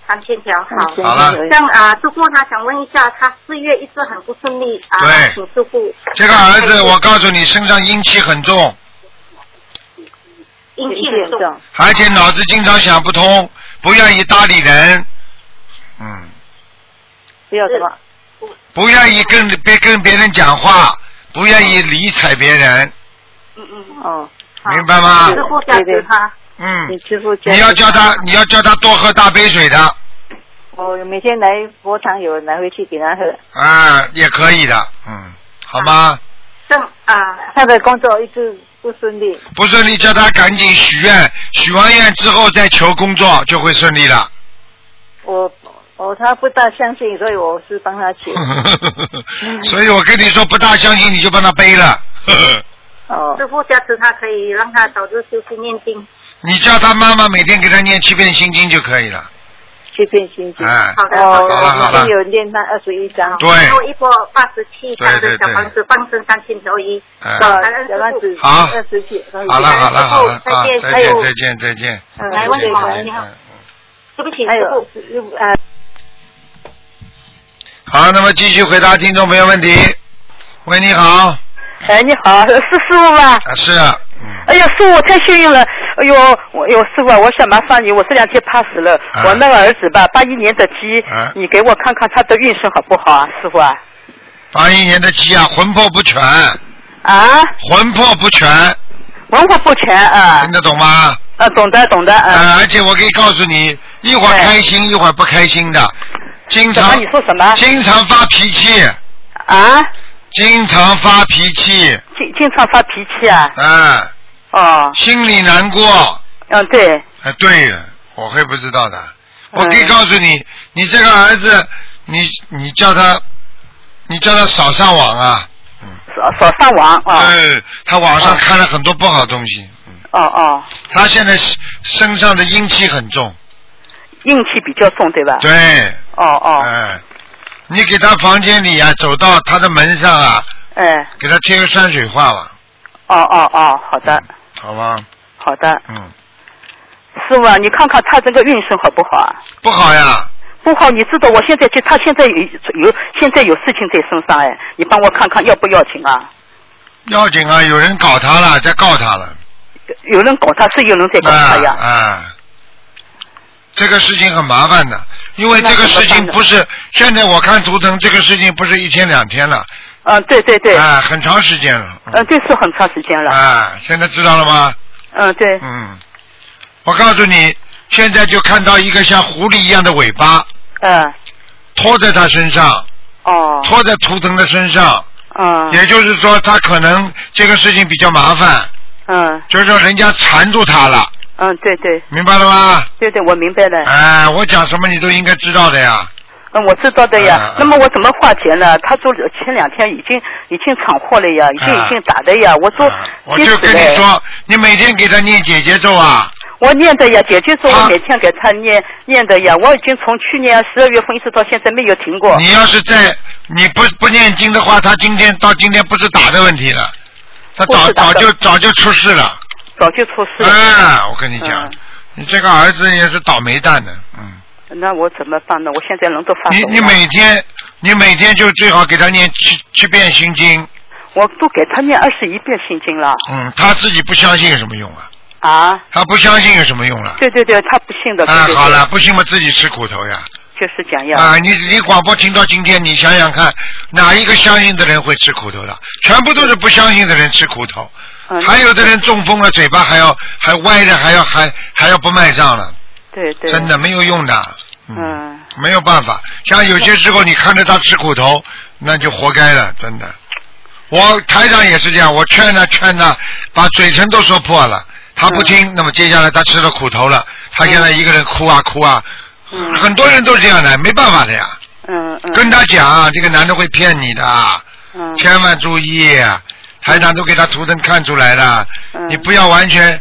[SPEAKER 6] 三千条。好。
[SPEAKER 1] 好了
[SPEAKER 6] 这样啊，师傅他想问一下，他四月一直很不顺利啊，
[SPEAKER 1] 对
[SPEAKER 6] 请师傅。
[SPEAKER 1] 这个儿子，我告诉你，身上阴气很重，
[SPEAKER 6] 阴气
[SPEAKER 9] 很
[SPEAKER 6] 很重，
[SPEAKER 9] 重，
[SPEAKER 1] 而且脑子经常想不通，不愿意搭理人，嗯，
[SPEAKER 9] 需要什么？
[SPEAKER 1] 不愿意跟别跟别人讲话，不愿意理睬别人，
[SPEAKER 6] 嗯嗯，
[SPEAKER 9] 哦，
[SPEAKER 6] 好
[SPEAKER 1] 明白吗？
[SPEAKER 6] 师傅加持他，
[SPEAKER 1] 嗯，
[SPEAKER 9] 你师傅
[SPEAKER 1] 你要叫他，你要叫他多喝大杯水的，
[SPEAKER 9] 我哦每天来佛堂有拿回去给他喝。
[SPEAKER 1] 啊，也可以的，嗯，好吗？
[SPEAKER 6] 正啊，
[SPEAKER 9] 他的工作一直不顺利，
[SPEAKER 1] 不顺利，叫他赶紧许愿，许完愿之后再求工作，就会顺利了。
[SPEAKER 9] 我我他不大相信，所以我是帮他写。嗯
[SPEAKER 1] 所以我跟你说，不大相信你就帮他背了。
[SPEAKER 9] 哦，
[SPEAKER 6] 师傅加持他可以让他早日修心念经。
[SPEAKER 1] 你叫他妈妈每天给他念七遍心经就可以了。
[SPEAKER 9] 去变心经。
[SPEAKER 1] 哎，
[SPEAKER 6] 好的，
[SPEAKER 9] 哦，
[SPEAKER 1] 好
[SPEAKER 6] 好的。
[SPEAKER 1] 了好
[SPEAKER 9] 我
[SPEAKER 1] 了
[SPEAKER 9] 们有念那二十一章。
[SPEAKER 1] 对
[SPEAKER 6] 最后一波八十七张的小房子放生三千条鱼。
[SPEAKER 1] 哎，
[SPEAKER 9] 呃
[SPEAKER 6] 感恩，师
[SPEAKER 9] 小
[SPEAKER 6] 父
[SPEAKER 9] 王子
[SPEAKER 1] 好
[SPEAKER 9] 二十七，
[SPEAKER 1] 好了好了好了
[SPEAKER 6] 再见
[SPEAKER 1] 啊！再
[SPEAKER 6] 还
[SPEAKER 1] 见
[SPEAKER 6] 有
[SPEAKER 1] 再见再见。
[SPEAKER 2] 哦
[SPEAKER 9] 嗯
[SPEAKER 6] 来问我
[SPEAKER 1] 再见
[SPEAKER 6] 你好
[SPEAKER 1] 嗯
[SPEAKER 6] 对不起，
[SPEAKER 2] 哎
[SPEAKER 9] 还
[SPEAKER 6] 师
[SPEAKER 9] 有
[SPEAKER 6] 傅，
[SPEAKER 9] 呃，
[SPEAKER 1] 好，那么继续回答听众朋友问题。喂，你好，啊
[SPEAKER 10] 哎，你好，是师傅吗？
[SPEAKER 1] 是，嗯，
[SPEAKER 10] 哎呀，师傅我太幸运了！哎呦，我呦，师傅啊，我想麻烦你，我这两天怕死了，
[SPEAKER 1] 啊
[SPEAKER 10] 我那个儿子吧，八一年的鸡，
[SPEAKER 1] 啊
[SPEAKER 10] 你给我看看他的运势好不好啊，师傅啊？
[SPEAKER 1] 八一年的鸡啊，魂魄不全，
[SPEAKER 10] 啊，
[SPEAKER 1] 魂魄不全，
[SPEAKER 10] 文化不全啊
[SPEAKER 1] 听，得懂吗？
[SPEAKER 10] 啊，懂的懂的，啊，
[SPEAKER 1] 呃，而且我可以告诉你，一会儿
[SPEAKER 10] 哎
[SPEAKER 1] 开心，一会儿不开心的，经
[SPEAKER 10] 什么？
[SPEAKER 1] 常
[SPEAKER 10] 你说什么？
[SPEAKER 1] 经常发脾气，
[SPEAKER 10] 啊，
[SPEAKER 1] 经常发脾气，
[SPEAKER 10] 经经常发脾气啊？
[SPEAKER 1] 啊、
[SPEAKER 10] 哦，
[SPEAKER 1] 心里难过。
[SPEAKER 10] 嗯，对，
[SPEAKER 1] 哎，对了，我会不知道的。
[SPEAKER 10] 嗯
[SPEAKER 1] 我可以告诉你，你这个儿子，你你叫他，你叫他少上网啊。
[SPEAKER 10] 少少上网啊，
[SPEAKER 1] 哎，他网上
[SPEAKER 10] 哦
[SPEAKER 1] 看了很多不好东西。嗯，
[SPEAKER 10] 哦哦，
[SPEAKER 1] 他现在身上的阴气很重。
[SPEAKER 10] 阴气比较重对吧？
[SPEAKER 1] 对。
[SPEAKER 10] 哦哦，
[SPEAKER 1] 哎，你给他房间里啊，走到他的门上啊，
[SPEAKER 10] 哎，
[SPEAKER 1] 给他贴个山水画吧，
[SPEAKER 10] 哦哦哦，好的
[SPEAKER 1] 好吧？
[SPEAKER 10] 好的，
[SPEAKER 1] 嗯，
[SPEAKER 10] 师傅啊，你看看他这个运势好不好啊？
[SPEAKER 1] 不好呀，
[SPEAKER 10] 不好，你知道我现在就他现在有有现在有事情在身上哎，你帮我看看要不要紧啊？
[SPEAKER 1] 要紧啊，有人搞他了，在告他了，
[SPEAKER 10] 有人搞他是有人在搞他
[SPEAKER 1] 啊
[SPEAKER 10] 哎呀？
[SPEAKER 1] 啊，这个事情很麻烦的，因为这个事情不是现在我看图腾，这个事情不是一天两天了，
[SPEAKER 10] 嗯，对对对，
[SPEAKER 1] 啊，很长时间了，嗯
[SPEAKER 10] 嗯，这是很长时间了。
[SPEAKER 1] 啊，现在知道了吗？
[SPEAKER 10] 嗯，对，
[SPEAKER 1] 嗯，我告诉你，现在就看到一个像狐狸一样的尾巴
[SPEAKER 10] 嗯，
[SPEAKER 1] 拖在他身上，
[SPEAKER 6] 呃
[SPEAKER 10] 哦，
[SPEAKER 1] 拖在图腾的身上，
[SPEAKER 10] 嗯
[SPEAKER 1] 也就是说，他可能这个事情比较麻烦，
[SPEAKER 10] 嗯
[SPEAKER 1] 就是说人家缠住他了，
[SPEAKER 10] 嗯，对对
[SPEAKER 1] 明白了吗？
[SPEAKER 10] 对对，我明白了。
[SPEAKER 1] 哎，我讲什么你都应该知道的呀。
[SPEAKER 10] 嗯，我知道的
[SPEAKER 1] 嗯嗯
[SPEAKER 10] 呀。那么我怎么化解呢？他昨前两天已经已经闯祸了呀，已经
[SPEAKER 1] 嗯
[SPEAKER 10] 已经打的呀。我说
[SPEAKER 1] 啊我
[SPEAKER 10] 急
[SPEAKER 1] 就
[SPEAKER 10] 死
[SPEAKER 1] 跟
[SPEAKER 10] 了
[SPEAKER 1] 你。说，你每天给他念姐姐咒啊，
[SPEAKER 10] 我念的呀，姐姐说
[SPEAKER 1] 他
[SPEAKER 10] 我每天给他念念的呀，我已经从去年十二月份一直到现在没有停过。
[SPEAKER 1] 你要是在你不不念经的话，他今天到今天不是打的问题了，他
[SPEAKER 10] 不
[SPEAKER 1] 早
[SPEAKER 10] 是打
[SPEAKER 1] 早
[SPEAKER 10] 的
[SPEAKER 1] 就早就出事了。
[SPEAKER 10] 早就出事了。
[SPEAKER 1] 啊，我跟你讲
[SPEAKER 10] 嗯，
[SPEAKER 1] 你这个儿子也是倒霉蛋的，嗯。
[SPEAKER 10] 那我怎么办呢？我现在人都发
[SPEAKER 1] 你
[SPEAKER 10] 抖了。
[SPEAKER 1] 你每天你每天就最好给他念七七遍心经，
[SPEAKER 10] 我都给他念二十一遍心经了
[SPEAKER 1] 嗯，他自己不相信有什么用啊？
[SPEAKER 10] 啊！
[SPEAKER 1] 他不相信有什么用了？
[SPEAKER 10] 对对对，他不信的。对
[SPEAKER 1] 啊
[SPEAKER 10] 对，对
[SPEAKER 1] 好了，，不信嘛自己吃苦头呀！
[SPEAKER 10] 就是讲呀。
[SPEAKER 1] 啊，你你广播听到今天，你想想看，哪一个相信的人会吃苦头的？全部都是不相信的人吃苦头，
[SPEAKER 10] 嗯
[SPEAKER 1] 还有的人中风了，嘴巴还要还歪着，还要还还要不卖账了。
[SPEAKER 10] 对对，
[SPEAKER 1] 真的没有用的，
[SPEAKER 10] 嗯，
[SPEAKER 1] 没有办法。像有些时候你看着他吃苦头，那就活该了，真的。我台长也是这样，我劝他劝他，把嘴唇都说破了，他不
[SPEAKER 10] 嗯
[SPEAKER 1] 听，那么接下来他吃了苦头了，他现在一个人哭啊哭啊，很多人都是这样的，没办法的呀。
[SPEAKER 10] 嗯嗯，
[SPEAKER 1] 跟他讲，这个男的会骗你的，
[SPEAKER 10] 嗯
[SPEAKER 1] 千万注意。啊台长都给他图腾看出来了，
[SPEAKER 10] 嗯
[SPEAKER 1] 你不要完全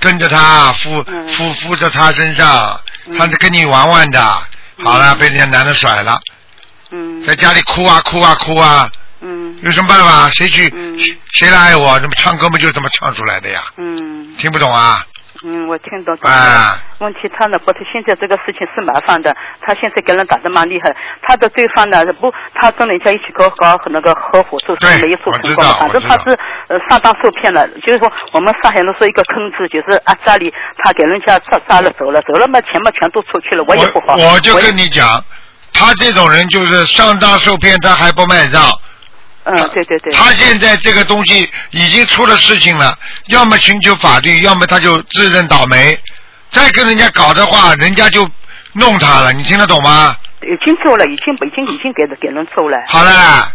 [SPEAKER 1] 跟着他附附附着他身上，
[SPEAKER 10] 嗯
[SPEAKER 1] 他是跟你玩玩的。好了，被人家男的甩了，
[SPEAKER 10] 嗯
[SPEAKER 1] 在家里哭啊哭啊哭啊，
[SPEAKER 10] 嗯
[SPEAKER 1] 有什么办法？谁去
[SPEAKER 10] 嗯
[SPEAKER 1] 谁来爱我？怎么唱歌不就这么唱出来的呀？
[SPEAKER 10] 嗯
[SPEAKER 1] 听不懂啊？
[SPEAKER 10] 嗯，我听懂。懂
[SPEAKER 1] 啊，
[SPEAKER 10] 问题他呢，不是现在这个事情是麻烦的，他现在给人打得蛮厉害。他的对方呢，不，他跟人家一起搞搞那个合伙做生意，没有做成
[SPEAKER 1] 我
[SPEAKER 10] 功
[SPEAKER 1] 知道
[SPEAKER 10] 反正他是呃上当受骗了。就是说，我们上海人说一个坑字，就是啊家里他给人家扎扎了走了，走了嘛钱嘛全都出去了，我也不好。
[SPEAKER 1] 我就
[SPEAKER 10] 也
[SPEAKER 1] 跟你讲，他这种人就是上当受骗，他还不卖账。
[SPEAKER 10] 嗯，对对对，
[SPEAKER 1] 他现在这个东西已经出了事情了，要么寻求法律，要么他就自认倒霉。再跟人家搞的话，人家就弄他了，你听得懂吗？
[SPEAKER 10] 已经做了，已经已经已经给给人做了。
[SPEAKER 1] 好了，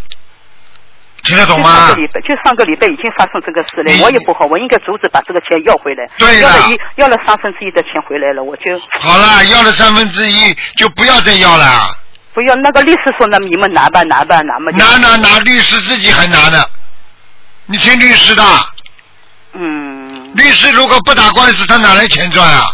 [SPEAKER 1] 听得懂
[SPEAKER 10] 就上
[SPEAKER 1] 吗
[SPEAKER 10] 个？礼拜，就上个礼拜已经发生这个事了
[SPEAKER 1] 你，
[SPEAKER 10] 我也不好，我应该阻止把这个钱要回来。
[SPEAKER 1] 对
[SPEAKER 10] 要
[SPEAKER 1] 了
[SPEAKER 10] 了一要了三分之一的钱回来了，我就
[SPEAKER 1] 好了，要了三分之一就不要再要了，
[SPEAKER 10] 不要那个律师说那你们拿吧拿吧拿嘛就
[SPEAKER 1] 拿拿拿，律师自己还拿呢。你听律师的，
[SPEAKER 10] 嗯，
[SPEAKER 1] 律师如果不打官司，他哪来钱赚啊？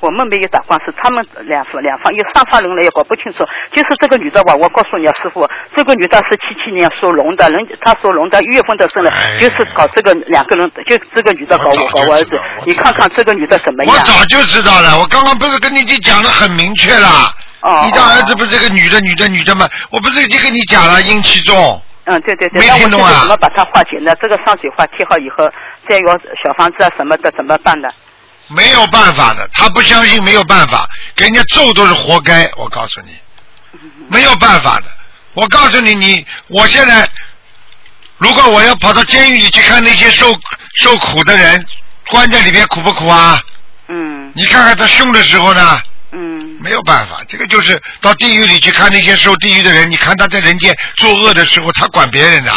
[SPEAKER 10] 我们没有打官司，他们两方两方有三方人来也搞不清楚。就是这个女的吧，我告诉你啊，师傅，这个女的是七七年属龙的，人她属龙的，一月份的生的
[SPEAKER 1] 哎呀，
[SPEAKER 10] 就是搞这个两个人，就这个女的搞
[SPEAKER 1] 我早
[SPEAKER 10] 我
[SPEAKER 1] 就
[SPEAKER 10] 搞我儿
[SPEAKER 1] 知
[SPEAKER 10] 子
[SPEAKER 1] 道我，
[SPEAKER 10] 你看看这个女的怎么样
[SPEAKER 1] 我？ 早就知道了，我刚刚不是跟你已讲的很明确了。
[SPEAKER 10] 哦
[SPEAKER 1] 你的儿子
[SPEAKER 10] 哦
[SPEAKER 1] 不是个女的，女的，女的吗？我不是已经跟你讲了，阴气重。
[SPEAKER 10] 嗯，对对对，
[SPEAKER 1] 没
[SPEAKER 10] 那我
[SPEAKER 1] 听
[SPEAKER 10] 现
[SPEAKER 1] 懂
[SPEAKER 10] 在
[SPEAKER 1] 啊
[SPEAKER 10] 怎么把它化解呢？这个山水画贴好以后，再要小房子啊什么的怎么办呢？
[SPEAKER 1] 没有办法的，他不相信没有办法，给人家揍都是活该。我告诉你，没有办法的。我告诉你，你我现在，如果我要跑到监狱里去看那些受受苦的人，关在里面苦不苦啊？
[SPEAKER 10] 嗯
[SPEAKER 1] 你看看他凶的时候呢，
[SPEAKER 10] 嗯
[SPEAKER 1] 没有办法，这个就是到地狱里去看那些受地狱的人，你看他在人间作恶的时候，他管别人的，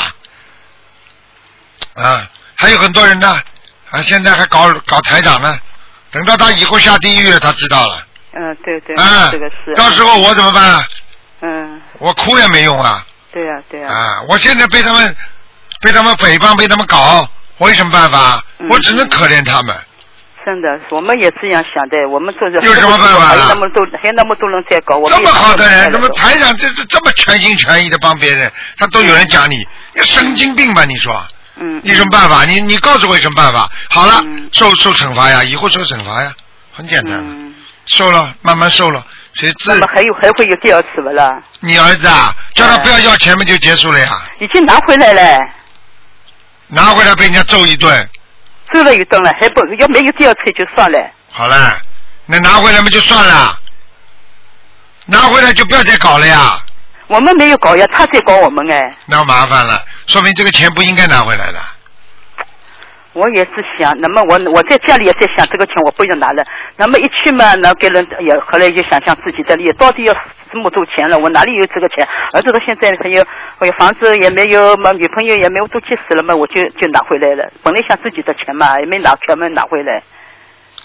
[SPEAKER 1] 啊，还有很多人呢，啊，现在还搞搞台长呢，等到他以后下地狱了，他知道了，
[SPEAKER 10] 嗯，对对，
[SPEAKER 1] 啊
[SPEAKER 10] 这个是，。
[SPEAKER 1] 到时候我怎么办啊？
[SPEAKER 10] 嗯，
[SPEAKER 1] 我哭也没用啊，
[SPEAKER 10] 对呀、对呀、
[SPEAKER 1] 啊，我现在被他们被他们诽谤，被他们搞，我有什么办法？
[SPEAKER 10] 嗯
[SPEAKER 1] 我只能可怜他们。
[SPEAKER 10] 真的，我们也这样想的，我们做人
[SPEAKER 1] 有什么办法
[SPEAKER 10] 还有
[SPEAKER 1] 啊
[SPEAKER 10] 那么多，还有那么多人在搞，我们
[SPEAKER 1] 这么好的人，
[SPEAKER 10] 怎
[SPEAKER 1] 怎么台长这这这么全心全意的帮别人，他都有人讲你，你神经病吧？你说，
[SPEAKER 10] 嗯，
[SPEAKER 1] 你有什么办法？你你告诉我有什么办法？好了
[SPEAKER 10] 嗯，
[SPEAKER 1] 受受惩罚呀，以后受惩罚呀，很简单，
[SPEAKER 10] 嗯，
[SPEAKER 1] 受了，慢慢受了。谁
[SPEAKER 10] 那
[SPEAKER 1] 自
[SPEAKER 10] 么还有还会有第二次不啦？
[SPEAKER 1] 你儿子啊，叫他
[SPEAKER 10] 嗯
[SPEAKER 1] 不要要钱不就结束了呀？
[SPEAKER 10] 已经拿回来了，
[SPEAKER 1] 拿回来被人家揍一顿，
[SPEAKER 10] 揍了一顿了，还不要没有第二次就算了。
[SPEAKER 1] 好了，那拿回来嘛就算了，拿回来就不要再搞了呀，
[SPEAKER 10] 我们没有搞呀，他在搞我们哎。
[SPEAKER 1] 那麻烦了，说明这个钱不应该拿回来的。
[SPEAKER 10] 我也是想，那么我我在家里也在想这个钱我不要拿了，那么一去嘛，那给人也后来就想想自己的利益，到底要这么多钱了，我哪里有这个钱？儿子到现在还有，我有房子也没有，嘛女朋友也没有，都急死了嘛，我就就拿回来了。本来想自己的钱嘛，也没拿，全部拿回来。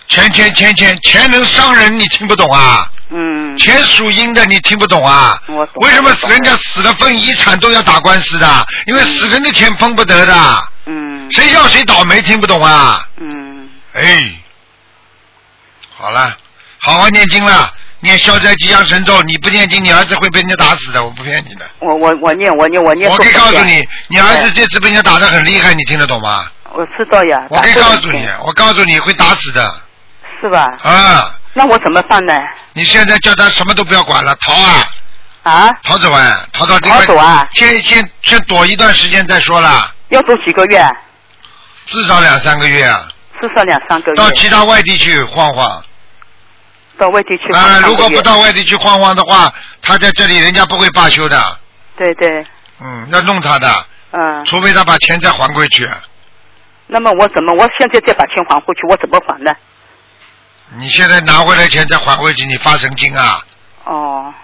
[SPEAKER 1] 钱钱钱钱钱能伤人，你听不懂啊？
[SPEAKER 10] 嗯，
[SPEAKER 1] 钱属阴的，你听不懂啊？
[SPEAKER 10] 我懂
[SPEAKER 1] 为什么死人家死了分遗产都要打官司的？因为死人的钱分不得的，
[SPEAKER 10] 嗯
[SPEAKER 1] 谁要谁倒霉，听不懂啊？
[SPEAKER 10] 嗯，
[SPEAKER 1] 哎，好了，好好念经了，念消灾吉祥神咒，你不念经，你儿子会被人家打死的，我不骗你的。
[SPEAKER 10] 我我我念我念我念。
[SPEAKER 1] 我可以告诉你，你儿子
[SPEAKER 10] 哎
[SPEAKER 1] 这次被人家打得很厉害，你听得懂吗？
[SPEAKER 10] 我知道呀。
[SPEAKER 1] 我可以
[SPEAKER 10] 打
[SPEAKER 1] 告
[SPEAKER 10] 过
[SPEAKER 1] 诉
[SPEAKER 10] 人
[SPEAKER 1] 你
[SPEAKER 10] 家，
[SPEAKER 1] 我告诉你会打死的
[SPEAKER 10] 是吧？
[SPEAKER 1] 啊！
[SPEAKER 10] 那我怎么办呢？
[SPEAKER 1] 你现在叫他什么都不要管了，逃啊！
[SPEAKER 10] 啊，
[SPEAKER 1] 逃走啊，逃到另外
[SPEAKER 10] 逃走啊
[SPEAKER 1] 先先先躲一段时间再说啦，
[SPEAKER 10] 要住几个月？
[SPEAKER 1] 至少两三个月啊，
[SPEAKER 10] 至少两三个月。
[SPEAKER 1] 到其他外地去晃晃。
[SPEAKER 10] 到外地去
[SPEAKER 1] 啊，
[SPEAKER 10] 上个
[SPEAKER 1] 如果
[SPEAKER 10] 月
[SPEAKER 1] 不到外地去晃晃的话，他在这里人家不会罢休的，
[SPEAKER 10] 对对，
[SPEAKER 1] 嗯，要弄他的，
[SPEAKER 10] 嗯，
[SPEAKER 1] 除非他把钱再还回去。啊
[SPEAKER 10] 那么我怎么我现在再把钱还回去，我怎么还呢？
[SPEAKER 1] 你现在拿回来钱再还回去，你发神经啊？
[SPEAKER 10] 哦，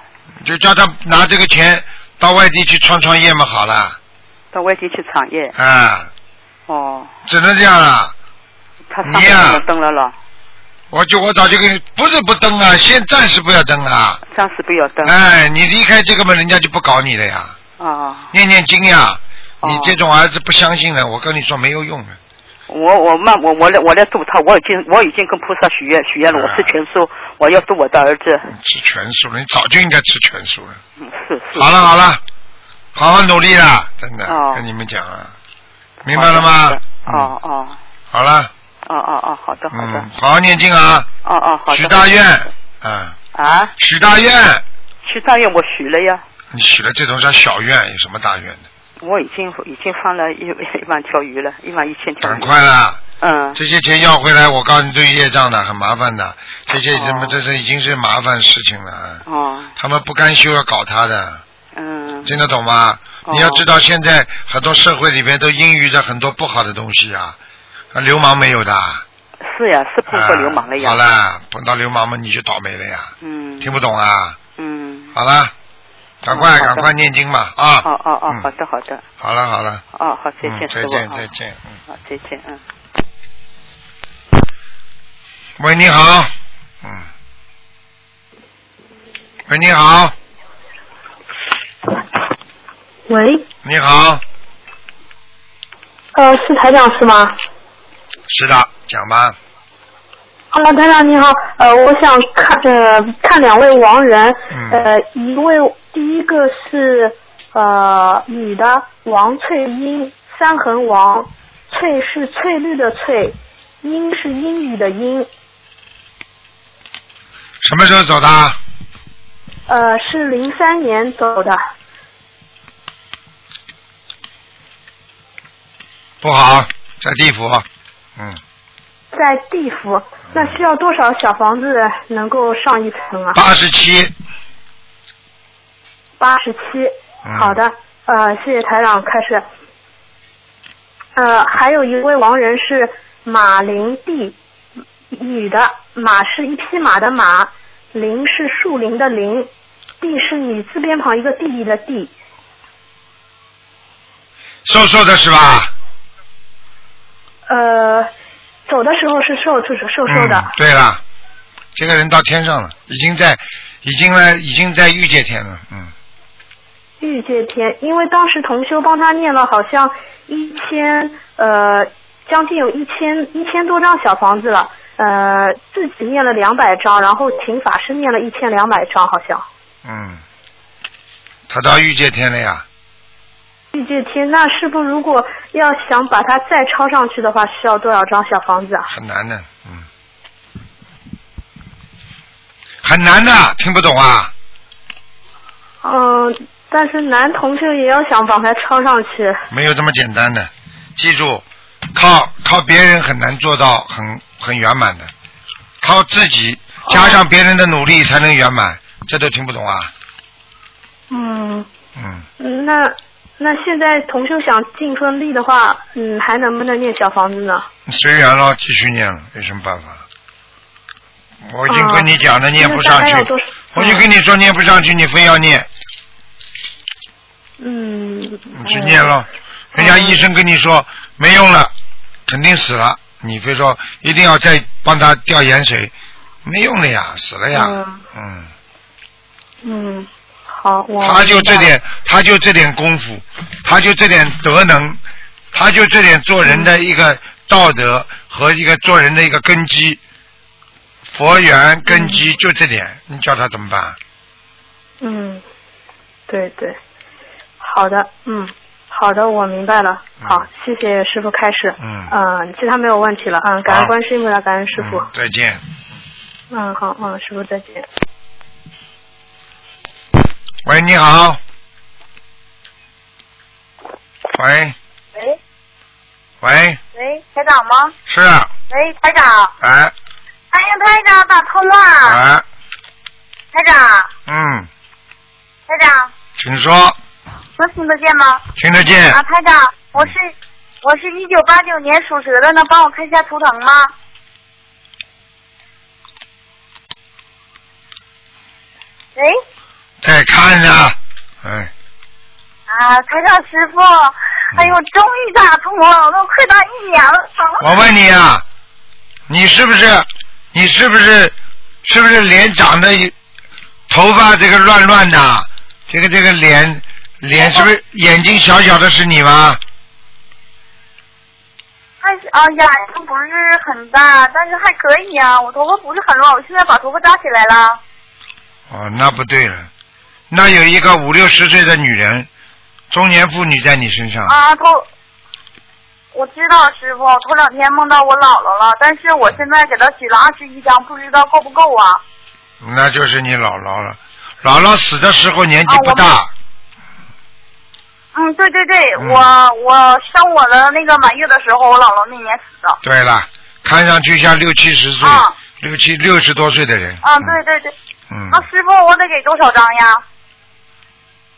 [SPEAKER 1] 就叫他拿这个钱到外地去创创业嘛，好了，
[SPEAKER 10] 到外地去创业。
[SPEAKER 1] 啊，
[SPEAKER 10] 哦，
[SPEAKER 1] 只能这样了。
[SPEAKER 10] 他上
[SPEAKER 1] 你呀
[SPEAKER 10] 海怎么登了咯？
[SPEAKER 1] 我就我早就跟你不是不登啊，先暂时不要登啊。
[SPEAKER 10] 暂时不要登。
[SPEAKER 1] 哎，你离开这个嘛，人家就不搞你了呀。
[SPEAKER 10] 哦，
[SPEAKER 1] 念念经呀，
[SPEAKER 10] 哦
[SPEAKER 1] 你这种儿子不相信了，我跟你说没有用的。
[SPEAKER 10] 我我慢我我来我来度他，我已经我已经跟菩萨许愿许
[SPEAKER 1] 啊
[SPEAKER 10] 愿了，我吃全素，我要度我的儿子。
[SPEAKER 1] 吃全素了，你早就应该吃全素了。
[SPEAKER 10] 嗯，是是。
[SPEAKER 1] 好了好了，好好努力啦，真的，
[SPEAKER 10] 哦
[SPEAKER 1] 跟你们讲啊，明白了吗
[SPEAKER 10] 好的？
[SPEAKER 1] 嗯
[SPEAKER 10] 哦哦
[SPEAKER 1] 好了，
[SPEAKER 10] 哦哦哦，好的好的。
[SPEAKER 1] 嗯，好好念经啊，
[SPEAKER 10] 哦哦好的。
[SPEAKER 1] 许大愿，嗯，
[SPEAKER 10] 啊，
[SPEAKER 1] 许大愿，
[SPEAKER 10] 许大愿我许了呀，
[SPEAKER 1] 你许了这种叫小愿，有什么大愿的？
[SPEAKER 10] 我已经已经放了一一万条鱼了，一万一千条
[SPEAKER 1] 赶
[SPEAKER 10] 鱼。
[SPEAKER 1] 快啦！
[SPEAKER 10] 嗯，
[SPEAKER 1] 这些钱要回来，我告诉你，对业障的很麻烦的，这些什么，
[SPEAKER 10] 哦
[SPEAKER 1] 这是已经是麻烦事情了。啊
[SPEAKER 10] 哦，
[SPEAKER 1] 他们不甘休要搞他的，
[SPEAKER 10] 嗯，
[SPEAKER 1] 听得懂吗？
[SPEAKER 10] 哦
[SPEAKER 1] 你要知道，现在很多社会里边都孕育着很多不好的东西啊，啊流氓没有的。
[SPEAKER 10] 是呀，是碰到流氓了
[SPEAKER 1] 啊
[SPEAKER 10] 呀。
[SPEAKER 1] 好了，碰到流氓嘛，你就倒霉了呀。
[SPEAKER 10] 嗯
[SPEAKER 1] 听不懂啊？
[SPEAKER 10] 嗯，
[SPEAKER 1] 好了，赶快
[SPEAKER 10] 嗯好的
[SPEAKER 1] 赶快念经吧啊！
[SPEAKER 10] 哦哦哦
[SPEAKER 1] 嗯，
[SPEAKER 10] 好的好的，
[SPEAKER 1] 好了好了，
[SPEAKER 10] 哦好，再
[SPEAKER 1] 嗯
[SPEAKER 10] 见
[SPEAKER 1] 再
[SPEAKER 10] 师傅
[SPEAKER 1] 见
[SPEAKER 10] 啊
[SPEAKER 1] 再，见。嗯
[SPEAKER 10] 好再见嗯。
[SPEAKER 1] 喂，你好。嗯。喂，你好。
[SPEAKER 11] 喂，
[SPEAKER 1] 你好，
[SPEAKER 11] 呃，是台长是吗？
[SPEAKER 1] 是的，讲吧。
[SPEAKER 11] 啊，台长你好，呃，我想看呃看两位亡人，
[SPEAKER 1] 嗯
[SPEAKER 11] 呃，一位第一个是呃女的王翠英，三横王，翠是翠绿的翠，英是英语的英，
[SPEAKER 1] 什么时候走的？
[SPEAKER 11] 呃，是零三年走的，
[SPEAKER 1] 不好，在地府。嗯，
[SPEAKER 11] 在地府，那需要多少小房子能够上一层啊？
[SPEAKER 1] 八十七。
[SPEAKER 11] 八十七。
[SPEAKER 1] 嗯
[SPEAKER 11] 好的，呃，谢谢台长，开始。呃，还有一位亡人是马林娣，女的，马是一匹马的马，林是树林的林，娣是女字边旁一个弟弟的弟，
[SPEAKER 1] 瘦瘦的是吧？
[SPEAKER 11] 呃，走的时候是瘦瘦瘦瘦的
[SPEAKER 1] 嗯。对了，这个人到天上了，已经在，已经来，已经在御界天了。嗯，
[SPEAKER 11] 玉界天，因为当时同修帮他念了好像一千呃将近有一千一千多张小房子了，呃自己念了两百张，然后请法师念了一千两百张好像。
[SPEAKER 1] 嗯，他到御界天了呀。
[SPEAKER 11] 玉界天，那是不是如果要想把它再抄上去的话，需要多少张小房子啊？
[SPEAKER 1] 很难的，嗯，很难的，听不懂啊？
[SPEAKER 11] 嗯、但是男同修也要想把它抄上去，
[SPEAKER 1] 没有这么简单的，记住，靠靠别人很难做到很很圆满的，靠自己加上别人的努力才能圆满，这都听不懂啊？
[SPEAKER 11] 嗯，
[SPEAKER 1] 嗯，
[SPEAKER 11] 那那现在同修想尽顺利的话，嗯，还能不能念小房子呢？
[SPEAKER 1] 随缘了，继续念了，有什么办法？我已经
[SPEAKER 11] 啊
[SPEAKER 1] 跟你讲了，念不上去
[SPEAKER 11] 那大概要多少，
[SPEAKER 1] 我就跟你说念不上去，你非要念，
[SPEAKER 11] 嗯，
[SPEAKER 1] 你去念了，人家医生跟你说没用了，肯定死了，你非说一定要再帮他吊盐水，没用了呀，死了哎呀，嗯，
[SPEAKER 11] 嗯，嗯，好，我
[SPEAKER 1] 他就这
[SPEAKER 11] 明白
[SPEAKER 1] 点，他就这点功夫，他就这点德能，他就这点做人的一个道德和一个做人的一个根基，佛缘根基就这点，你叫他怎么办？
[SPEAKER 11] 嗯，对对，好的，嗯，好的，我明白了。好，谢谢师傅开始。
[SPEAKER 1] 嗯
[SPEAKER 11] 嗯，其他没有问题了。嗯，感
[SPEAKER 1] 好
[SPEAKER 11] 恩观世音菩萨，感恩师傅
[SPEAKER 1] 嗯。再见。
[SPEAKER 11] 嗯，好，嗯，师傅再 见。
[SPEAKER 1] 喂，你好。喂
[SPEAKER 12] 喂
[SPEAKER 1] 喂，
[SPEAKER 12] 喂，台长吗？
[SPEAKER 1] 是啊
[SPEAKER 12] 喂，台长。
[SPEAKER 1] 哎
[SPEAKER 12] 哎呀，台长打通了。
[SPEAKER 1] 哎，
[SPEAKER 12] 台长，
[SPEAKER 1] 嗯，
[SPEAKER 12] 台长，
[SPEAKER 1] 请说，
[SPEAKER 12] 能听得见吗？
[SPEAKER 1] 听得见
[SPEAKER 12] 啊，台长，我是我是一九八九年属蛇的，能帮我看一下图腾吗？
[SPEAKER 1] 在看呢，哎，
[SPEAKER 12] 啊，台长师傅，哎呦，终于打通了，都快打一年了。
[SPEAKER 1] 我问你啊，你是不是你是不是是不是脸长得有头发这个乱乱的，这个这个脸脸是不是眼睛小小的是你吗？
[SPEAKER 12] 还是啊，眼睛不是很大，但是还可以啊。我头发不是很乱，我现在把头发扎起来
[SPEAKER 1] 啊
[SPEAKER 12] 了。
[SPEAKER 1] 哦，那不对了，那有一个五六十岁的女人，中年妇女在你身上，
[SPEAKER 12] 啊，头，我知道师傅，头两天梦到我姥姥了，但是我现在给她取了二十一张，不知道够不够啊？
[SPEAKER 1] 那就是你姥姥了。姥姥死的时候年
[SPEAKER 12] 啊
[SPEAKER 1] 纪不大，
[SPEAKER 12] 嗯，对对对，我我生我的那个满月的时候，我姥姥那年死的。
[SPEAKER 1] 对了，看上去像六七十岁，
[SPEAKER 12] 啊
[SPEAKER 1] 六七六十多岁的人，
[SPEAKER 12] 啊，对对对，
[SPEAKER 1] 嗯，
[SPEAKER 12] 那师傅我得给多少张呀？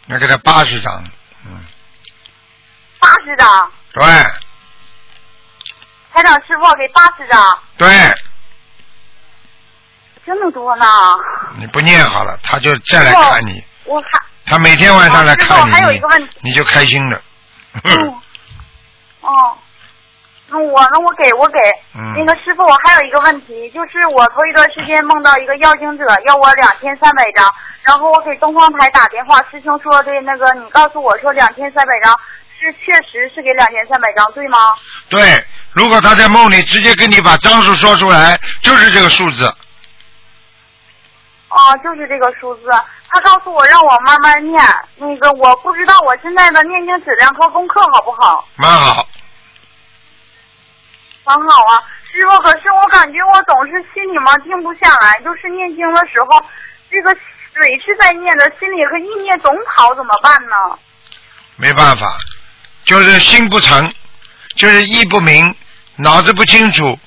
[SPEAKER 1] 要给他八十张，
[SPEAKER 12] 八十张，
[SPEAKER 1] 对
[SPEAKER 12] 台长师傅给八十张，
[SPEAKER 1] 对，
[SPEAKER 12] 这么多呢？
[SPEAKER 1] 你不念好了，他就再来看你，
[SPEAKER 12] 我看，
[SPEAKER 1] 他每天晚上来
[SPEAKER 12] 啊
[SPEAKER 1] 看你，
[SPEAKER 12] 师哦傅还有一个问题，
[SPEAKER 1] 你就开心了，
[SPEAKER 12] 嗯，哦，那我那我给我给、
[SPEAKER 1] 嗯
[SPEAKER 12] 那个师傅，我还有一个问题，就是我头一段时间梦到一个要经者要我两千三百张，然后我给东方台打电话，师兄说的那个你告诉我说两千三百张是确实是给两千三百张对吗？
[SPEAKER 1] 对，如果他在梦里直接跟你把张数说出来，就是这个数字，
[SPEAKER 12] 哦，就是这个数字。他告诉我让我慢慢念，那个我不知道我现在的念经质量和功课好不好，
[SPEAKER 1] 蛮好。
[SPEAKER 12] 很好啊。师傅，可是我感觉我总是心里嘛静不下来，就是念经的时候，这个嘴是在念的，心里和意念总跑，怎么办呢？
[SPEAKER 1] 没办法，就是心不诚，就是意不明，脑子不清楚，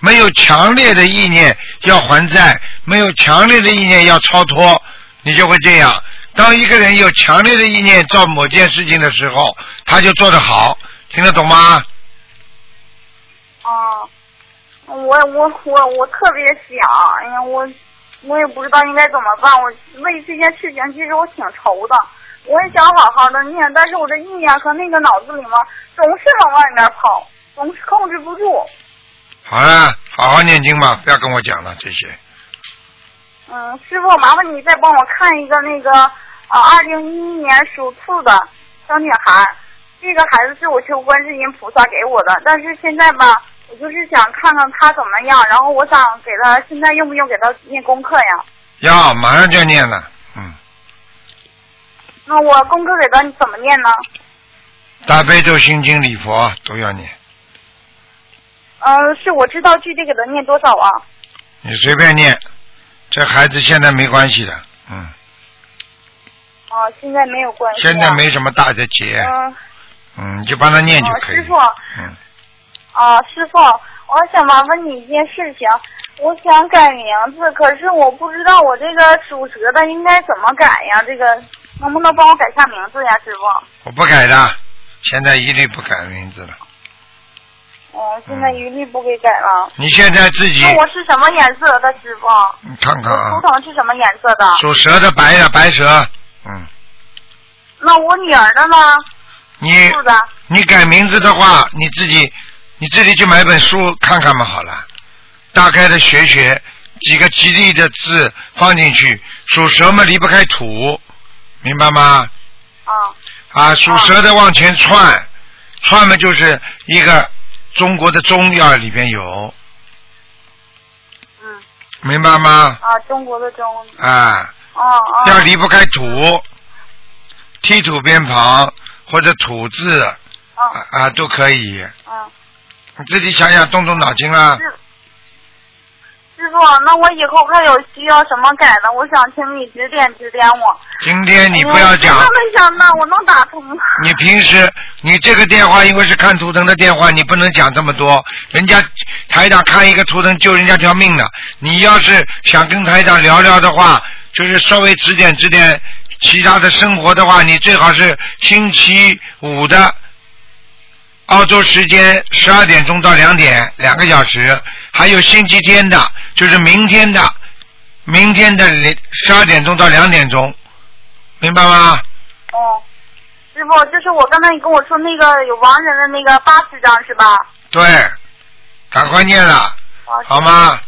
[SPEAKER 1] 没有强烈的意念要还债，没有强烈的意念要超脱，你就会这样。当一个人有强烈的意念做某件事情的时候，他就做得好，听得懂吗？
[SPEAKER 12] 哦，我我我我特别想，哎呀，我我也不知道应该怎么办。我为这件事情，其实我挺愁的。我也想好好的念，但是我的意念和那个脑子里嘛，总是往外面跑，总是控制不住。
[SPEAKER 1] 好了，好好念经吧，不要跟我讲了这些。
[SPEAKER 12] 嗯，师傅，麻烦你再帮我看一个那个呃，二零一一年属兔的小女孩儿，这个孩子是我求观世音菩萨给我的，但是现在吧，我就是想看看她怎么样，然后我想给她现在用不用给她念功课呀？
[SPEAKER 1] 要马上就要念了，
[SPEAKER 12] 那我功课给她你怎么念呢？
[SPEAKER 1] 大悲咒、心经、礼佛都要念，
[SPEAKER 12] 嗯，是我知道具体给她念多少啊？
[SPEAKER 1] 你随便念。这孩子现在没关系的，嗯。
[SPEAKER 12] 啊，现在没有关系啊、
[SPEAKER 1] 现在没什么大的劫，
[SPEAKER 12] 嗯，
[SPEAKER 1] 嗯，你就帮他念就
[SPEAKER 12] 哦
[SPEAKER 1] 可以
[SPEAKER 12] 师
[SPEAKER 1] 了。
[SPEAKER 12] 傅，
[SPEAKER 1] 嗯，
[SPEAKER 12] 啊，师傅，我想麻烦你一件事情，我想改名字，可是我不知道我这个属蛇的应该怎么改呀？这个能不能帮我改下名字呀，师傅？
[SPEAKER 1] 我不改的，现在一律不改名字了。
[SPEAKER 12] 哦，现在一律不给改了。
[SPEAKER 1] 你现在嗯自己
[SPEAKER 12] 那我是什么颜色的，师傅？
[SPEAKER 1] 你看看啊
[SPEAKER 12] 图，腾是什么颜色的？
[SPEAKER 1] 属蛇的白的白蛇，
[SPEAKER 12] 那我女儿的呢？
[SPEAKER 1] 你
[SPEAKER 12] 兔的。
[SPEAKER 1] 你改名字的话，你自己你自己去买本书看看嘛，好了，大概的学学几个吉利的字放进去，属蛇嘛离不开土，明白吗？啊。啊，属蛇的往前窜，窜嘛就是一个中国的中要里边有。嗯。明白吗？
[SPEAKER 12] 啊，中国的中。
[SPEAKER 1] 啊，
[SPEAKER 12] 哦哦。
[SPEAKER 1] 要离不开土，踢土边旁或者土字，
[SPEAKER 12] 哦
[SPEAKER 1] 啊啊都可以。
[SPEAKER 12] 嗯
[SPEAKER 1] 你自己想想，动动脑筋啊啦。
[SPEAKER 12] 师师傅，那我以后看有需要什么改的，我想请你指点指点我。
[SPEAKER 1] 今天你不要讲
[SPEAKER 12] 哎呦我，真的没想到我能打通。
[SPEAKER 1] 你平时你这个电话因为是看图腾的电话，你不能讲这么多。人家台长看一个图腾救人家条命的，你要是想跟台长聊聊的话，就是稍微指点指点其他的生活的话，你最好是星期五的澳洲时间十二点钟到两点，两个小时，还有星期天的，就是明天的，明天的十二点钟到两点钟，明白吗？
[SPEAKER 12] 哦，师傅，就是我刚才你跟我说那个有亡人的那个八十张是吧？
[SPEAKER 1] 对，赶快念了，好吗？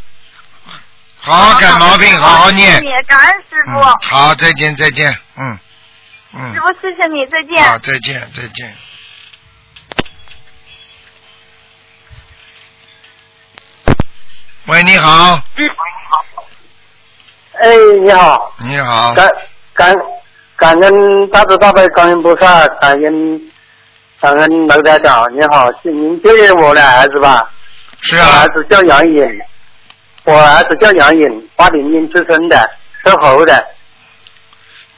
[SPEAKER 1] 好好改毛病，好好念
[SPEAKER 12] 谢。谢你，感恩师傅，
[SPEAKER 1] 嗯，好，再见，再见，嗯，嗯
[SPEAKER 12] 师，傅谢谢你，再见。
[SPEAKER 1] 好，再见，再见。喂，你好，
[SPEAKER 13] 哎，你好，
[SPEAKER 1] 你好，
[SPEAKER 13] 感感感恩大慈大悲观音菩萨，感恩感恩楼台长，你好，是您就是我的儿子吧？
[SPEAKER 1] 是
[SPEAKER 13] 啊，我儿子叫杨颖，我儿子叫杨颖，八零年出生的，属猴的，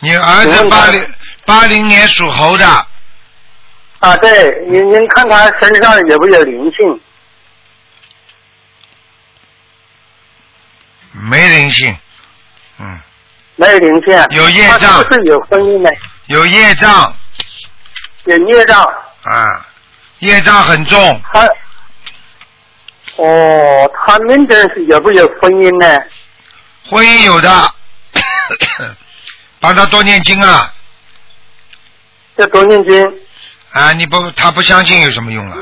[SPEAKER 1] 你儿子八零八零年属猴的，
[SPEAKER 13] 啊，对，您您看他身上有没有灵性？
[SPEAKER 1] 没灵性，嗯，
[SPEAKER 13] 没有灵性，
[SPEAKER 1] 有业障
[SPEAKER 13] 他是不是有婚姻呢？
[SPEAKER 1] 有业障
[SPEAKER 13] 有孽障，
[SPEAKER 1] 啊，业障很重，
[SPEAKER 13] 他哦，他们这是有没有婚姻呢？
[SPEAKER 1] 婚姻有的，帮他多念经啊。
[SPEAKER 13] 要多念经。嗯
[SPEAKER 1] 啊，你不，他不相信有什么用啊？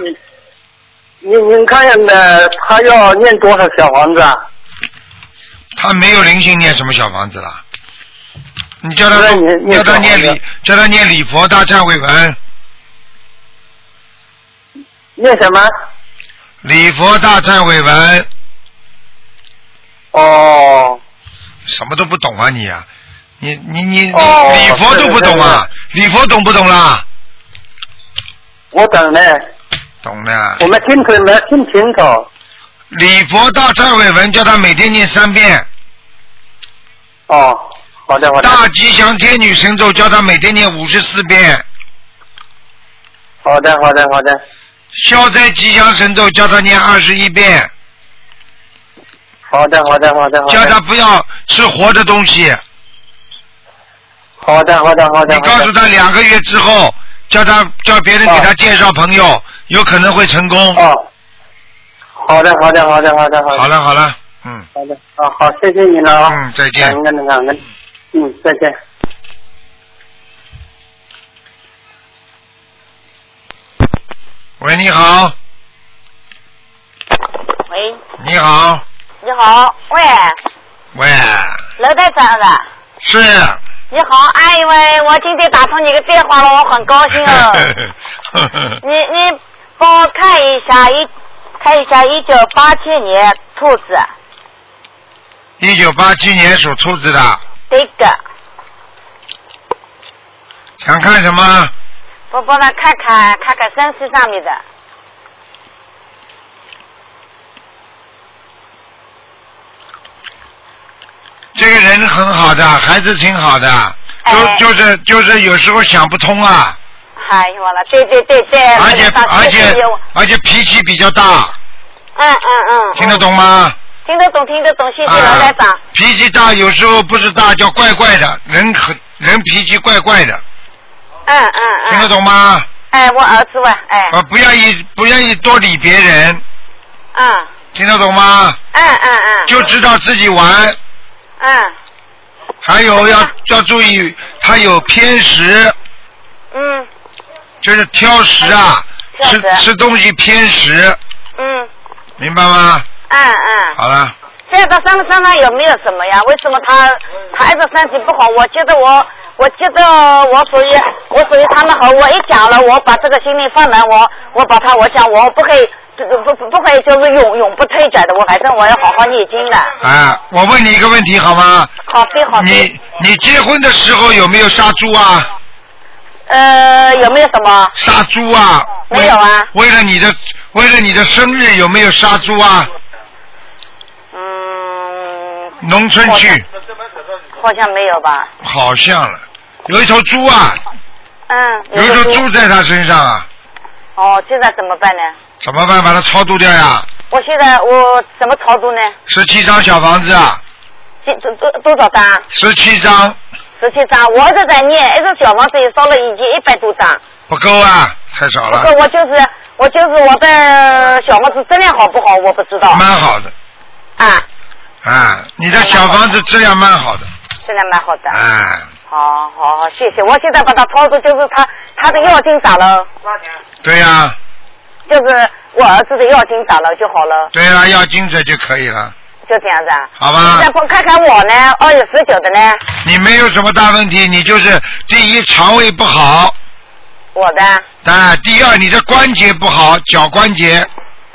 [SPEAKER 13] 您您看一下呢，他要念多少小房子啊？
[SPEAKER 1] 他没有灵性，念什么小房子了？你叫他
[SPEAKER 13] 那你念
[SPEAKER 1] 叫他
[SPEAKER 13] 小
[SPEAKER 1] 念
[SPEAKER 13] 房子
[SPEAKER 1] 礼，叫他念礼佛大忏悔文，
[SPEAKER 13] 念什么？
[SPEAKER 1] 礼佛大忏悔文。
[SPEAKER 13] 哦。
[SPEAKER 1] 什么都不懂啊你啊！你你你
[SPEAKER 11] 嗯
[SPEAKER 1] 你
[SPEAKER 13] 哦
[SPEAKER 1] 礼佛都不懂啊？礼佛懂不懂啦？
[SPEAKER 13] 我懂了，
[SPEAKER 1] 懂了。
[SPEAKER 13] 我们听懂了，听清楚。
[SPEAKER 1] 礼佛大忏悔文叫他每天念三遍，
[SPEAKER 13] 哦，好的好的，
[SPEAKER 1] 大吉祥天女神咒叫他每天念五十四遍，
[SPEAKER 13] 好的好的好的，
[SPEAKER 1] 消灾吉祥神咒叫他念二十一遍，
[SPEAKER 13] 好的好的好的，好的
[SPEAKER 1] 叫他不要吃活的东西。
[SPEAKER 13] 好的好的好的。
[SPEAKER 1] 你告诉他两个月之后，叫他叫别人给他介绍朋友，有可能会成功。
[SPEAKER 13] 哦，好的好的好的好的好的。
[SPEAKER 1] 好了好了，嗯，
[SPEAKER 13] 好的啊好，谢谢你了啊。
[SPEAKER 1] 嗯再见
[SPEAKER 13] 感恩感恩感恩，嗯再见。
[SPEAKER 1] 喂，你好，
[SPEAKER 14] 喂，
[SPEAKER 1] 你好，
[SPEAKER 14] 你好，喂，
[SPEAKER 1] 喂，
[SPEAKER 14] 楼台长子，
[SPEAKER 1] 是，
[SPEAKER 14] 你好，哎喂，我今天打通你的电话了，我很高 兴哦。你你帮我看一下一看一下一九八七年兔子，
[SPEAKER 1] 一九八七年属兔子的，
[SPEAKER 14] 对的，
[SPEAKER 1] 想看什么？
[SPEAKER 14] 我帮他看看看看身体上面的，
[SPEAKER 1] 这个人很好的，孩子挺好的，
[SPEAKER 14] 哎
[SPEAKER 1] 就就是就是有时候想不通啊，
[SPEAKER 14] 哎完了，对对对对，
[SPEAKER 1] 而且
[SPEAKER 14] 上次
[SPEAKER 1] 而且
[SPEAKER 14] 有
[SPEAKER 1] 而且脾气比较大，
[SPEAKER 14] 嗯嗯嗯，
[SPEAKER 1] 听得懂吗？
[SPEAKER 14] 听得懂听得懂，
[SPEAKER 1] 啊
[SPEAKER 14] 谢谢楼台长，
[SPEAKER 1] 脾气大有时候不是大叫怪怪的，人很人脾气怪怪的，
[SPEAKER 14] 嗯嗯嗯，
[SPEAKER 1] 听得懂？吗？
[SPEAKER 14] 哎，我儿子吧，哎，
[SPEAKER 1] 啊，不愿意不愿意多理别人，
[SPEAKER 14] 嗯
[SPEAKER 1] 听得懂吗？
[SPEAKER 14] 嗯嗯嗯，
[SPEAKER 1] 就知道自己玩，
[SPEAKER 15] 啊
[SPEAKER 14] 嗯
[SPEAKER 1] 还有要要注意，他有偏食，
[SPEAKER 14] 嗯
[SPEAKER 1] 就是挑食啊，
[SPEAKER 14] 哎
[SPEAKER 1] 吃
[SPEAKER 14] 挑食
[SPEAKER 1] 吃东西偏食，
[SPEAKER 14] 嗯
[SPEAKER 1] 明白吗？
[SPEAKER 14] 嗯嗯。
[SPEAKER 1] 好了，
[SPEAKER 14] 现在身身上有没有什么呀？为什么他他一直身体不好？我觉得我我觉得我属于我属于他们和我一讲了，我把这个心里放难，我我把他我讲我不可以不不不可以就是永永不推转的，我反正我要好好念经的。
[SPEAKER 1] 啊，我问你一个问题好吗？
[SPEAKER 14] 好的好的，
[SPEAKER 1] 你你结婚的时候有没有杀猪啊？
[SPEAKER 14] 呃有没有什么？
[SPEAKER 1] 杀猪啊？
[SPEAKER 14] 没有啊。
[SPEAKER 1] 为了你的为了你的生日有没有杀猪啊？嗯。农村去，
[SPEAKER 14] 好像没有吧？
[SPEAKER 1] 好像了，有一头猪啊，
[SPEAKER 14] 嗯。
[SPEAKER 1] 有一
[SPEAKER 14] 个
[SPEAKER 1] 头猪在他身上啊，
[SPEAKER 14] 哦，现在怎么办呢？
[SPEAKER 1] 怎么办？把它超度掉呀？
[SPEAKER 14] 我现在我怎么操作呢？
[SPEAKER 1] 十七张小房子啊，
[SPEAKER 14] 几多多多少张？
[SPEAKER 1] 十七张
[SPEAKER 14] 十七张，我一直在念，一直小房子也烧了已经一百多张。
[SPEAKER 1] 不够啊，太少
[SPEAKER 14] 不是
[SPEAKER 1] 了，
[SPEAKER 14] 我就是我就是我的小房子质量好不好我不知道
[SPEAKER 1] 啊蛮好的
[SPEAKER 14] 啊，
[SPEAKER 1] 啊，你的小房子质量蛮好的
[SPEAKER 14] 质量蛮好的。
[SPEAKER 1] 啊，
[SPEAKER 14] 好好好，谢谢。我现在把它操作，就是他他的药精打了，
[SPEAKER 1] 对呀、
[SPEAKER 14] 就是我儿子的药精打了就好了，
[SPEAKER 1] 对呀、要精者就可以了，
[SPEAKER 14] 就这样子啊。
[SPEAKER 1] 好吧
[SPEAKER 14] 再不看看我呢，二月十九的呢，
[SPEAKER 1] 你没有什么大问题，你就是第一肠胃不好，
[SPEAKER 14] 我的，
[SPEAKER 1] 啊，第二你的关节不好，脚关节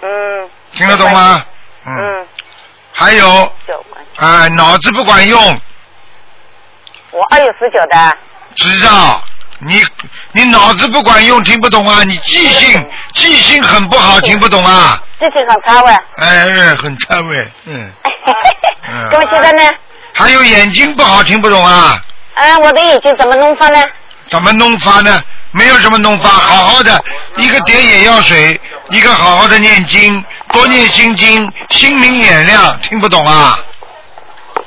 [SPEAKER 14] 嗯
[SPEAKER 1] 听得懂吗？
[SPEAKER 14] 嗯，
[SPEAKER 1] 还有
[SPEAKER 14] 九，
[SPEAKER 1] 啊，脑子不管用，
[SPEAKER 14] 我二月十九的，
[SPEAKER 1] 知道？你你脑子不管用，听不懂啊？你记性记性很不好，听不懂啊？
[SPEAKER 14] 记性很差喂。
[SPEAKER 1] 哎，哎很差位，嗯。嗯
[SPEAKER 14] 那么现在呢？
[SPEAKER 1] 还有眼睛不好，听不懂啊？
[SPEAKER 14] 啊，我的眼睛怎么弄法呢？
[SPEAKER 1] 怎么弄法呢？没有什么弄法，好好的，一个点眼药水，一个好好的念经，多念心经，心明眼亮，听不懂啊？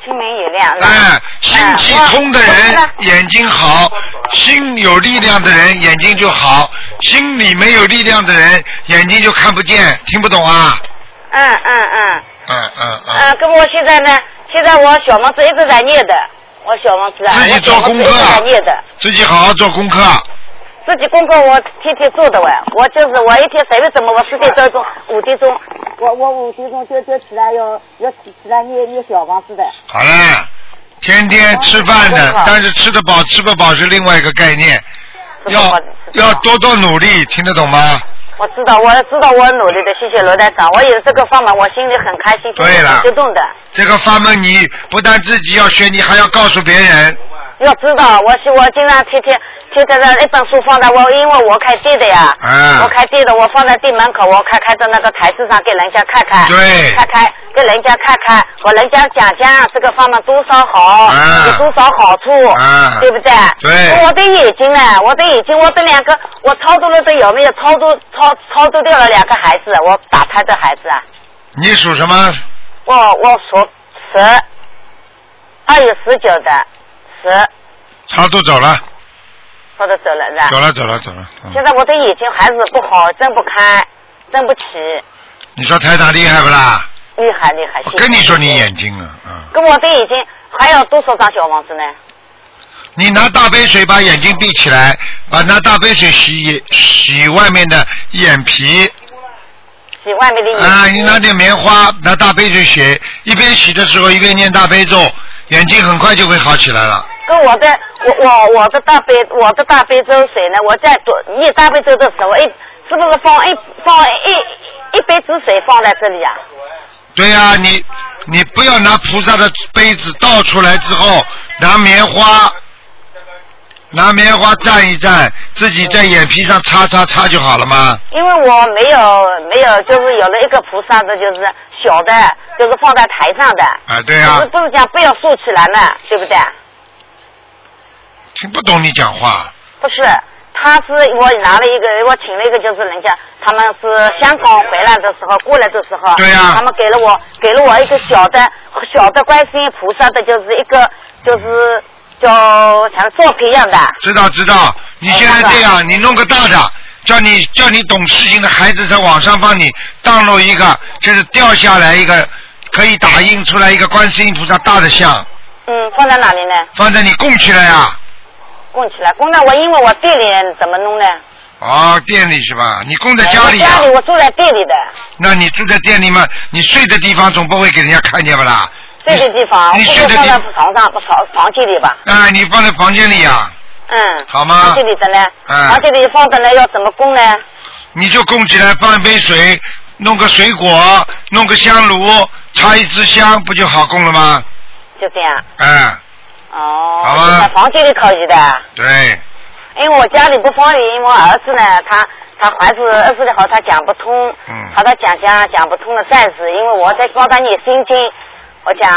[SPEAKER 14] 清明也亮。嗯
[SPEAKER 1] 哎，心气通的人眼睛好，心有力量的人眼睛就好，心里没有力量的人眼睛就看不见，听不懂啊？
[SPEAKER 14] 嗯嗯嗯，
[SPEAKER 1] 嗯嗯嗯，
[SPEAKER 14] 嗯，跟我现在呢，现在我小房子一直在念的，我小房子啊，
[SPEAKER 1] 自己
[SPEAKER 14] 我
[SPEAKER 1] 做
[SPEAKER 14] 小房
[SPEAKER 1] 功
[SPEAKER 14] 子
[SPEAKER 1] 课
[SPEAKER 14] 一直在念的，
[SPEAKER 1] 自己好好做功课，
[SPEAKER 14] 自己功课我天天做的喂，我就是我一天随便怎么，我四点多钟、
[SPEAKER 1] 啊
[SPEAKER 14] 五点钟，我我五点钟就就起来要要起起来念念小房子的。
[SPEAKER 1] 好了，天天吃饭的，但是吃得饱吃不饱是另外一个概念，要要多多努力，听得懂吗？
[SPEAKER 14] 我知道，我知道我努力的，谢谢罗台长，我有这个方法，我心里很开心，
[SPEAKER 1] 对了
[SPEAKER 14] 很激动的。
[SPEAKER 1] 这个法门你不但自己要学，你还要告诉别人。
[SPEAKER 14] 要知道，我是我经常天天天天的一本书放在我，因为我开店的呀，
[SPEAKER 1] 啊
[SPEAKER 14] 我开店的，我放在店门口，我开开到那个台子上给人家看看，
[SPEAKER 1] 对
[SPEAKER 14] 开开给人家看看，我人家讲讲这个方面多少好，
[SPEAKER 1] 啊
[SPEAKER 14] 有多少好处，
[SPEAKER 1] 啊
[SPEAKER 14] 对不对？
[SPEAKER 1] 对
[SPEAKER 14] 我的眼睛呢，我的眼睛，我的两个，我操作了的有没有操作操操作掉了两个孩子，我打胎的孩子啊，
[SPEAKER 1] 你属什么？
[SPEAKER 14] 我我属蛇，二月十九的蛇，
[SPEAKER 1] 超度走了，
[SPEAKER 14] 操作走了是吧？
[SPEAKER 1] 走了，走了，走了。嗯
[SPEAKER 14] 现在我的眼睛还是不好，睁不开，睁不起，
[SPEAKER 1] 你说台长厉害不啦？
[SPEAKER 14] 厉害厉害。
[SPEAKER 1] 我
[SPEAKER 14] 谢谢
[SPEAKER 1] 跟你说，你眼睛啊，啊，
[SPEAKER 14] 跟我的眼睛还有多少张小房子呢？
[SPEAKER 1] 你拿大杯水把眼睛闭起来，把拿大杯水洗洗外面的眼皮
[SPEAKER 14] 洗外面的眼睛。
[SPEAKER 1] 啊，你拿点棉花，拿大杯水洗，一边洗的时候一边念大悲咒，眼睛很快就会好起来了。
[SPEAKER 14] 跟我的我我我的大杯我的大杯粥水呢？我在多你大杯粥的时候，一是不是放一放一一杯子水放在这里啊？
[SPEAKER 1] 对呀、你你不要拿菩萨的杯子倒出来之后，拿棉花，拿棉花蘸一蘸，自己在眼皮上擦擦擦就好了嘛。
[SPEAKER 14] 因为我没有没有，就是有了一个菩萨的，就是小的，就是放在台上的。
[SPEAKER 1] 啊，对呀、
[SPEAKER 14] 不是不是讲不要竖起来嘛，对不对？
[SPEAKER 1] 听不懂你讲话。
[SPEAKER 14] 不是，他是我拿了一个，我请了一个，就是人家他们是香港回来的时候，过来的时候，
[SPEAKER 1] 对呀
[SPEAKER 14] 他们给了我给了我一个小的小的观世音菩萨的，就是一个就是叫像作品一样的，
[SPEAKER 1] 知道知道，你现
[SPEAKER 14] 哎
[SPEAKER 1] 在这样，你弄个大的，叫你叫你懂事情的孩子在网上帮你当落一个，就是掉下来一个可以打印出来一个观世音菩萨大的像，
[SPEAKER 14] 嗯，放在哪里呢？
[SPEAKER 1] 放在你供起来啊。
[SPEAKER 14] 供起来，供在我因为我店里怎么弄呢？
[SPEAKER 1] 哦，店里是吧？你供在家
[SPEAKER 14] 哎我
[SPEAKER 1] 里
[SPEAKER 14] 家
[SPEAKER 1] 啊
[SPEAKER 14] 里？我住在店里的
[SPEAKER 1] 那你住在店里嘛？你睡的地方总不会给人家看见不啦？
[SPEAKER 14] 这个地方，
[SPEAKER 1] 你
[SPEAKER 14] 我
[SPEAKER 1] 睡
[SPEAKER 14] 不
[SPEAKER 1] 的地
[SPEAKER 14] 是放在床上不床房间里吧？
[SPEAKER 1] 啊，你放在房间里啊，
[SPEAKER 14] 嗯，
[SPEAKER 1] 好吗
[SPEAKER 14] 房间里的呢？
[SPEAKER 1] 嗯
[SPEAKER 14] 房间里放的呢，要怎么供呢？
[SPEAKER 1] 你就供起来，放一杯水，弄个水果，弄个香炉，插一支香，不就好供了吗？
[SPEAKER 14] 就这样。
[SPEAKER 1] 哎、
[SPEAKER 14] 哦，
[SPEAKER 1] 好吧
[SPEAKER 14] 在房间里可以的，
[SPEAKER 1] 对，
[SPEAKER 14] 因为我家里不方便，因为我儿子呢，他他孩子儿子的好，他讲不通，
[SPEAKER 1] 嗯
[SPEAKER 14] 好他讲讲讲不通了，暂时，因为我在帮他念心经，我讲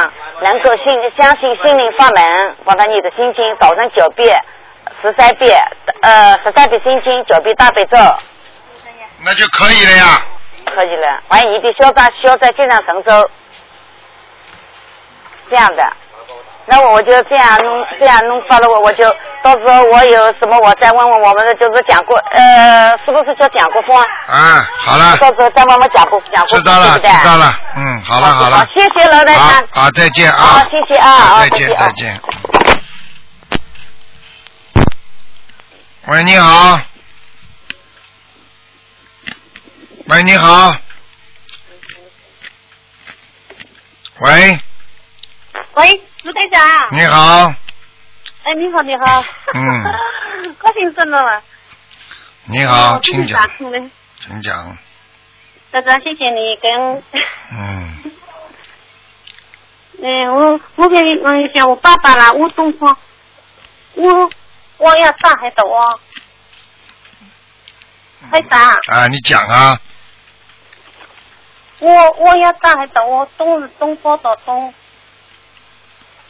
[SPEAKER 14] 能够信相信心灵法门，帮他念的心经，早晨九遍，十三遍，呃，十三遍心经，九遍大悲咒，
[SPEAKER 1] 那就可以了呀。
[SPEAKER 14] 可以了。还有你的消灾消灾经常神咒，这样的。那我就这样弄，这样弄发了，我我就到时候我有什么，我再问问我们的，就是讲过，呃，是不是叫蒋国峰啊？
[SPEAKER 1] 啊，嗯好了，
[SPEAKER 14] 到时候再问问蒋国蒋国
[SPEAKER 1] 知
[SPEAKER 14] 峰，
[SPEAKER 1] 道了，
[SPEAKER 14] 对不
[SPEAKER 1] 知
[SPEAKER 14] 对？
[SPEAKER 1] 道了，嗯，好了，好了，
[SPEAKER 14] 谢谢老台长，
[SPEAKER 1] 好，再见啊，
[SPEAKER 14] 好，谢谢啊，啊
[SPEAKER 1] 再见，
[SPEAKER 14] 再见啊
[SPEAKER 1] 再见。喂，你好。喂，你好。喂，
[SPEAKER 15] 喂，卢队长。
[SPEAKER 1] 你。好，
[SPEAKER 15] 哎，你好，你好。
[SPEAKER 1] 嗯，
[SPEAKER 15] 高兴死了嘛。
[SPEAKER 1] 哦你好，请
[SPEAKER 15] 打
[SPEAKER 1] 讲，
[SPEAKER 15] 通了。
[SPEAKER 1] 请讲，
[SPEAKER 15] 队长，谢谢你跟，
[SPEAKER 1] 嗯，
[SPEAKER 15] 嗯，我我给你问一下，我爸爸啦，我东方，我我要上海的哦。队长，
[SPEAKER 1] 啊，你讲啊，
[SPEAKER 15] 我我要上海的哦，东是东方的东，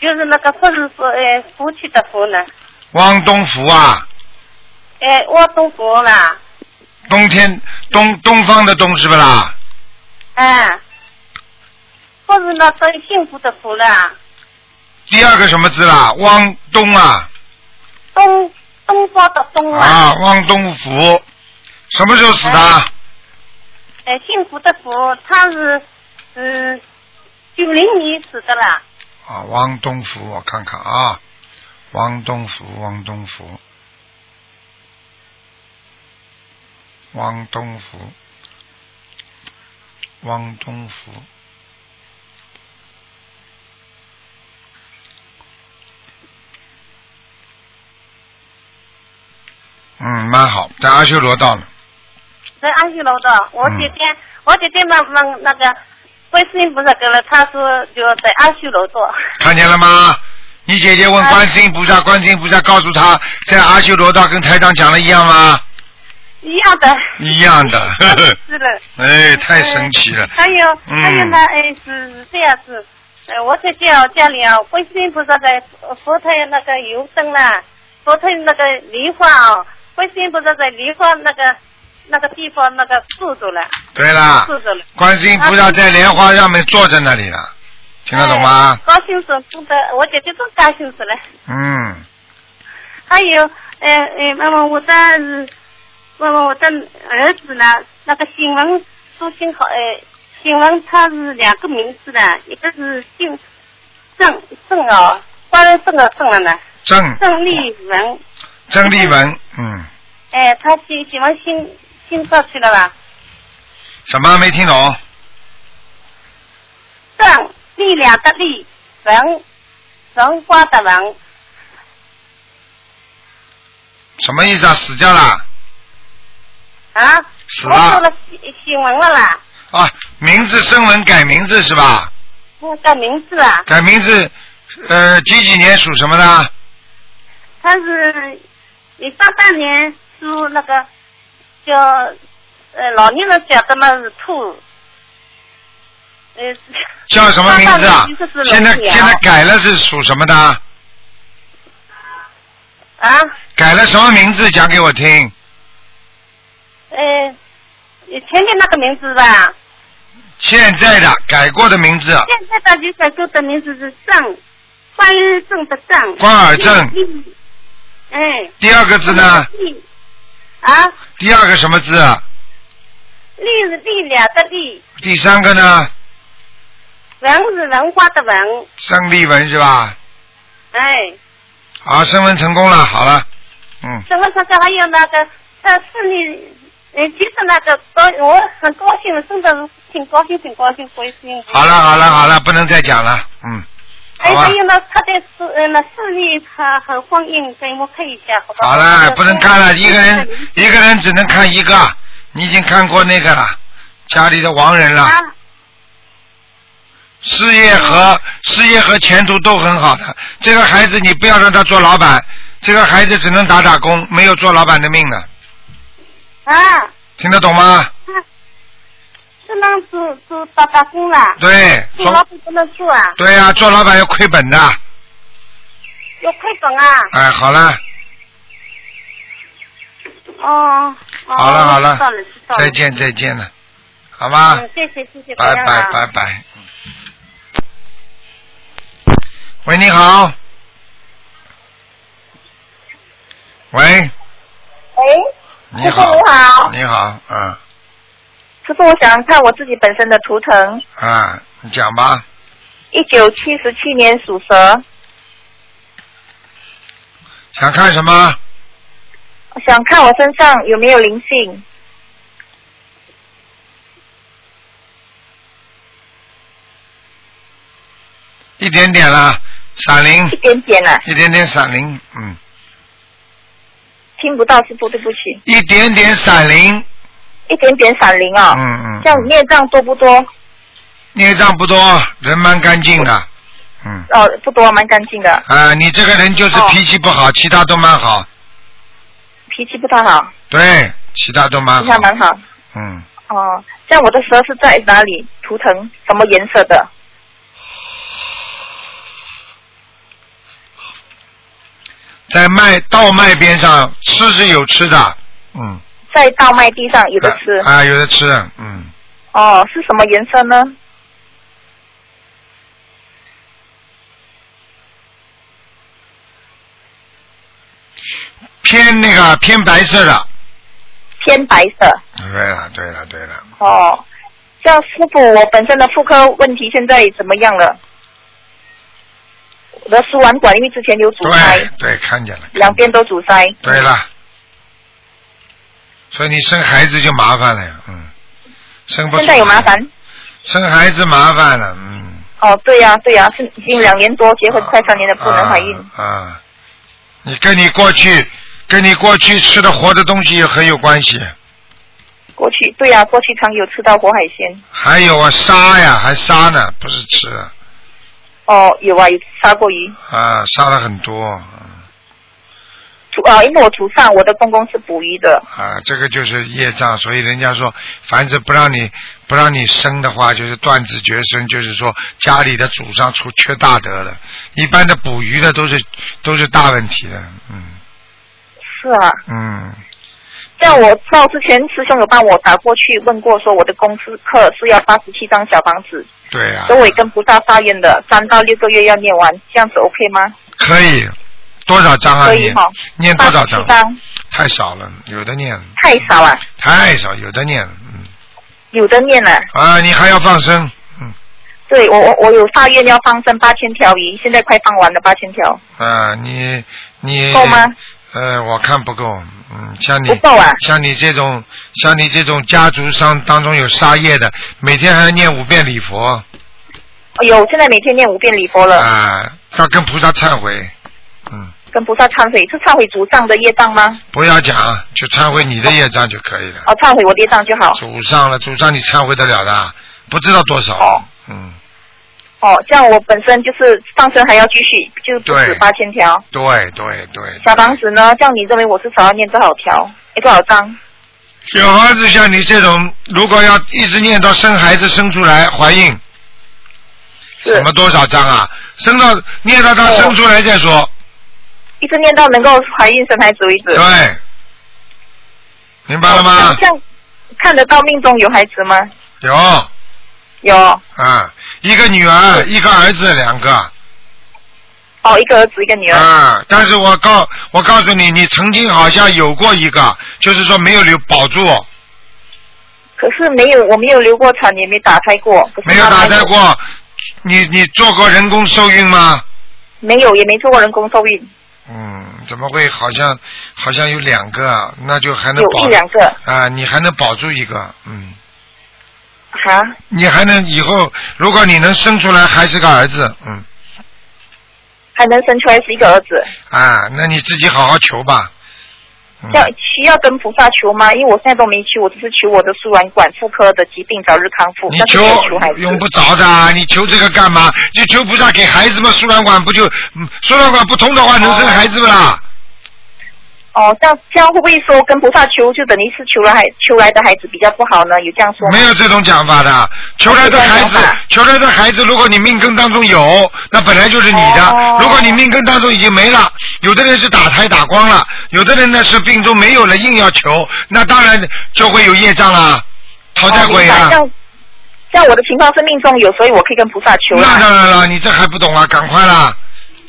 [SPEAKER 15] 就是那个福是福，哎，福气的福呢，
[SPEAKER 1] 汪东福啊，
[SPEAKER 15] 哎，我东福啦，
[SPEAKER 1] 冬天东东方的东是不啦？
[SPEAKER 15] 哎，不是那个幸福的福啦，
[SPEAKER 1] 第二个什么字啦？汪东啊，
[SPEAKER 15] 东东方的东啊
[SPEAKER 1] 啊，汪东福，什么时候死的？
[SPEAKER 15] 哎，幸福的福，他是嗯九零年死的啦。
[SPEAKER 1] 啊，汪东福，我看看啊，汪东福，汪东福，汪东福，汪东福。嗯，蛮好，在阿修罗道呢。
[SPEAKER 15] 在安溪楼的，我姐姐，我姐姐嘛嘛那个观世音菩萨给了，她说就在安溪楼做。
[SPEAKER 1] 看见了吗？你姐姐问观世音菩萨，观世音菩萨告诉她，在阿修罗道跟台长讲的一样吗？
[SPEAKER 15] 一样的，
[SPEAKER 1] 一样的，呵呵
[SPEAKER 15] 是的。
[SPEAKER 1] 哎，太神奇了。
[SPEAKER 15] 还有、
[SPEAKER 1] 嗯
[SPEAKER 15] 还有呢，哎是是这样子，呃，我姐姐啊家里啊，观世音菩萨在呃佛台那个油灯啦，佛台那个梨花啊，观世音菩萨在梨花那个那个地方那个坐着了。
[SPEAKER 1] 对啦
[SPEAKER 15] 坐着了。
[SPEAKER 1] 观世音菩
[SPEAKER 15] 啊
[SPEAKER 1] 萨在莲花上面坐在那里了，听得懂吗？
[SPEAKER 15] 哎高兴死了，真的，我姐姐真高兴死了。
[SPEAKER 1] 嗯，
[SPEAKER 15] 还有，呃呃，妈妈，我的，呃妈妈，我的儿子呢，那个新闻说姓好，呃，新闻他是两个名字的，一个是姓郑郑哦，关了郑个郑了呢，
[SPEAKER 1] 郑
[SPEAKER 15] 郑丽文，
[SPEAKER 1] 郑丽文，嗯，
[SPEAKER 15] 哎、他新新闻新新上去了吧？
[SPEAKER 1] 什么没听懂？
[SPEAKER 15] 郑力量的力，文文化的文，
[SPEAKER 1] 什么意思啊？死掉了
[SPEAKER 15] 啊，
[SPEAKER 1] 死
[SPEAKER 15] 我说
[SPEAKER 1] 了
[SPEAKER 15] 了新新闻了啦，
[SPEAKER 1] 啊？名字声纹改名字是吧？
[SPEAKER 15] 我改名字啊。
[SPEAKER 1] 改名字，呃，几几年属什么的？
[SPEAKER 15] 他是你八八年属那个叫呃老年人讲的嘛是兔，呃
[SPEAKER 1] 叫什么名字啊
[SPEAKER 15] 88年就是？龙
[SPEAKER 1] 现在
[SPEAKER 15] 鸟
[SPEAKER 1] 现在改了是属什么的？
[SPEAKER 15] 啊
[SPEAKER 1] 改了什么名字？讲给我听。
[SPEAKER 15] 呃前面那个名字吧，
[SPEAKER 1] 现在的改过的名字，啊
[SPEAKER 15] 现在的女改哥的名字是郑，关于郑的郑，
[SPEAKER 1] 关尔正
[SPEAKER 15] 嗯，哎，
[SPEAKER 1] 第二个字呢？
[SPEAKER 15] 力啊，
[SPEAKER 1] 第二个什么字？
[SPEAKER 15] 力是力量的力，
[SPEAKER 1] 第三个呢？
[SPEAKER 15] 文是文化的文，
[SPEAKER 1] 郑丽文是吧？
[SPEAKER 15] 哎，
[SPEAKER 1] 好，升温成功了，好了，
[SPEAKER 15] 什么什么还有那个呃市里，呃其实那个高我很高兴，真的是挺高兴，挺高兴，回心。
[SPEAKER 1] 好了，好了，好了，不能再讲了，嗯，
[SPEAKER 15] 哎，
[SPEAKER 1] 好吧
[SPEAKER 15] 还有呢，他在市呃那市里他很欢迎，给我看一下，好吧？
[SPEAKER 1] 好了，不
[SPEAKER 15] 呃
[SPEAKER 1] 能看了，一个人一个人只能看一个，你已经看过那个了，家里的亡人了，
[SPEAKER 15] 啊
[SPEAKER 1] 事业和事业和前途都很好的，这个孩子你不要让他做老板，这个孩子只能打打工，没有做老板的命的，
[SPEAKER 15] 啊，
[SPEAKER 1] 听得懂吗？
[SPEAKER 15] 是能做做打打工啦。
[SPEAKER 1] 对从
[SPEAKER 15] 做老板不能做啊，
[SPEAKER 1] 对呀、做老板要亏本的，
[SPEAKER 15] 要亏本啊。
[SPEAKER 1] 哎，好了，
[SPEAKER 15] 哦。哦
[SPEAKER 1] 好了，好
[SPEAKER 15] 知道了，知道了。
[SPEAKER 1] 再见，再见了，好吗？
[SPEAKER 15] 嗯，谢谢，谢谢，
[SPEAKER 1] 拜
[SPEAKER 15] 台
[SPEAKER 1] 拜
[SPEAKER 15] 长
[SPEAKER 1] 拜拜。嗯喂，你好。喂，
[SPEAKER 16] 喂，
[SPEAKER 1] 你
[SPEAKER 16] 师傅
[SPEAKER 1] 好。
[SPEAKER 16] 你好
[SPEAKER 1] 你好，嗯
[SPEAKER 16] 师傅，我想看我自己本身的图腾，
[SPEAKER 1] 啊，你讲吧。
[SPEAKER 16] 一九七十七年属蛇，
[SPEAKER 1] 想看什么？
[SPEAKER 16] 想看我身上有没有灵性。
[SPEAKER 1] 一点点啦，闪灵，
[SPEAKER 16] 一点点啊，
[SPEAKER 1] 一点点闪灵，嗯，
[SPEAKER 16] 听不到师傅，对不起。
[SPEAKER 1] 一点点闪灵，
[SPEAKER 16] 一点点闪灵啊、
[SPEAKER 1] 嗯嗯，
[SPEAKER 16] 像孽障多不多？
[SPEAKER 1] 孽障不多，人蛮干净的，嗯
[SPEAKER 16] 哦，不多，蛮干净的，
[SPEAKER 1] 啊，你这个人就是
[SPEAKER 16] 哦
[SPEAKER 1] 脾气不好，其他都蛮好，
[SPEAKER 16] 脾气不太好，
[SPEAKER 1] 对，其他都蛮
[SPEAKER 16] 脾气还
[SPEAKER 1] 好，
[SPEAKER 16] 蛮好。
[SPEAKER 1] 嗯，
[SPEAKER 16] 哦，像我的蛇是在哪里？图腾什么颜色的？
[SPEAKER 1] 在麦稻麦边上吃是有吃的，嗯，
[SPEAKER 16] 在大麦地上有的吃。
[SPEAKER 1] 啊，有的吃，嗯，
[SPEAKER 16] 哦，是什么颜色呢？
[SPEAKER 1] 偏那个偏白色的，
[SPEAKER 16] 偏白色。
[SPEAKER 1] 对了，对了，对了，
[SPEAKER 16] 哦，像师傅，我本身的妇科问题现在怎么样了？我的输卵管因为之前有阻塞，
[SPEAKER 1] 对，看见了，
[SPEAKER 16] 两边都阻塞。
[SPEAKER 1] 对了，所以你生孩子就麻烦了呀，嗯，生不出
[SPEAKER 16] 现在有麻烦？
[SPEAKER 1] 生孩子麻烦了，嗯
[SPEAKER 16] 哦，对呀、对呀、是已经两年多，结婚快三年了，不能怀孕。
[SPEAKER 1] 啊，你跟你过去跟你过去吃的活的东西很有关系，
[SPEAKER 16] 过去对呀、过去常有吃到活海鲜。
[SPEAKER 1] 还有啊杀呀，还杀呢，不是吃啊
[SPEAKER 16] 哦，有啊，有杀过鱼。
[SPEAKER 1] 啊，杀了很多
[SPEAKER 16] 土啊，因为我土上，我的公公是捕鱼的。
[SPEAKER 1] 啊，这个就是业障，所以人家说，凡是不让你不让你生的话，就是断子绝孙，就是说家里的祖上出缺大德了。一般的捕鱼的都是都是大问题的，嗯
[SPEAKER 16] 是啊，
[SPEAKER 1] 嗯，
[SPEAKER 16] 像我知道之前师兄有帮我打过去问过，说我的公司课是要八十七张小房子，
[SPEAKER 1] 对啊呀、
[SPEAKER 16] 所以我也跟菩萨发愿的，三到六个月要念完，这样子 OK 吗？
[SPEAKER 1] 可以，多少章啊
[SPEAKER 16] 可以
[SPEAKER 1] 念
[SPEAKER 16] 哈？
[SPEAKER 1] 念多少章
[SPEAKER 16] 87？张
[SPEAKER 1] 太少了，有的念
[SPEAKER 16] 太少啊，
[SPEAKER 1] 太少，有的念
[SPEAKER 16] 有的念了。
[SPEAKER 1] 啊，你还要放生，
[SPEAKER 16] 对我我我有发愿要放生八千条鱼，现在快放完了八千条，
[SPEAKER 1] 啊，你你
[SPEAKER 16] 够吗？
[SPEAKER 1] 呃，我看不够，嗯，像你
[SPEAKER 16] 不够啊
[SPEAKER 1] 像你这种像你这种家族上当中有杀业的，每天还要念五遍礼佛
[SPEAKER 16] 哎呦，现在每天念五遍礼佛了，
[SPEAKER 1] 啊，要跟菩萨忏悔，
[SPEAKER 16] 跟菩萨忏悔，是忏悔祖上的业障吗？
[SPEAKER 1] 不要讲，就忏悔你的业障就可以了。
[SPEAKER 16] 哦，忏悔我的业障就好。
[SPEAKER 1] 祖上了，祖上你忏悔得了的，不知道多少，嗯，
[SPEAKER 16] 哦，这样我本身就是放生还要继续，就不止
[SPEAKER 1] 对
[SPEAKER 16] 八千条。
[SPEAKER 1] 对对对，
[SPEAKER 16] 小房子呢？这样你认为我至少要念多少条？哎，多少张？
[SPEAKER 1] 小孩子像你这种，如果要一直念到生孩子生出来怀孕，什么多少张啊？生到念到他
[SPEAKER 16] 哦
[SPEAKER 1] 生出来再说，
[SPEAKER 16] 一直念到能够怀孕生孩子为止。
[SPEAKER 1] 对，明白了吗？
[SPEAKER 16] 这样看得到命中有孩子吗？
[SPEAKER 1] 有
[SPEAKER 16] 有
[SPEAKER 1] 啊，一个女儿，一个儿子，两个
[SPEAKER 16] 哦，一个儿子一个女儿。
[SPEAKER 1] 啊。但是我告我告诉你，你曾经好像有过一个，就是说没有留保住，
[SPEAKER 16] 可是没有，我没有流过产，也没打胎过。可是
[SPEAKER 1] 没有
[SPEAKER 16] 妈妈
[SPEAKER 1] 打胎过。你你做过人工受孕吗？
[SPEAKER 16] 没有，也没做过人工受孕，
[SPEAKER 1] 嗯，怎么会好像好像有两个啊？那就还能
[SPEAKER 16] 有
[SPEAKER 1] 保
[SPEAKER 16] 一两个
[SPEAKER 1] 啊，你还能保住一个，嗯，
[SPEAKER 16] 哈。
[SPEAKER 1] 你还能以后如果你能生出来还是个儿子，嗯
[SPEAKER 16] 还能生出来是一个儿子，
[SPEAKER 1] 啊，那你自己好好求吧，嗯
[SPEAKER 16] 要需要跟菩萨求吗？因为我现在都没求，我只是求我的输卵管妇科的疾病早日康复。
[SPEAKER 1] 你
[SPEAKER 16] 但是
[SPEAKER 1] 求
[SPEAKER 16] 没有求孩子
[SPEAKER 1] 用不着的啊，你求这个干嘛？就求菩萨给孩子们输卵管不就嗯输卵管不通的话能生孩子不啦？
[SPEAKER 16] 哦，这样这样会不会说跟菩萨求，就等于是求了孩求来的孩子比较不好呢？有这样说吗？
[SPEAKER 1] 没有这种讲法的，求来的
[SPEAKER 16] 哦
[SPEAKER 1] 孩子，求来的孩子，如果你命根当中有，那本来就是你的；
[SPEAKER 16] 哦
[SPEAKER 1] 如果你命根当中已经没了，有的人是打胎打光了，有的人呢是病中没有了，硬要求，那当然就会有业障啦，讨债鬼
[SPEAKER 16] 哦明白
[SPEAKER 1] 啊！
[SPEAKER 16] 像像我的情况是命中有，所以我可以跟菩萨求
[SPEAKER 1] 那
[SPEAKER 16] 啦。
[SPEAKER 1] 当然了，你这还不懂啊，赶快啦！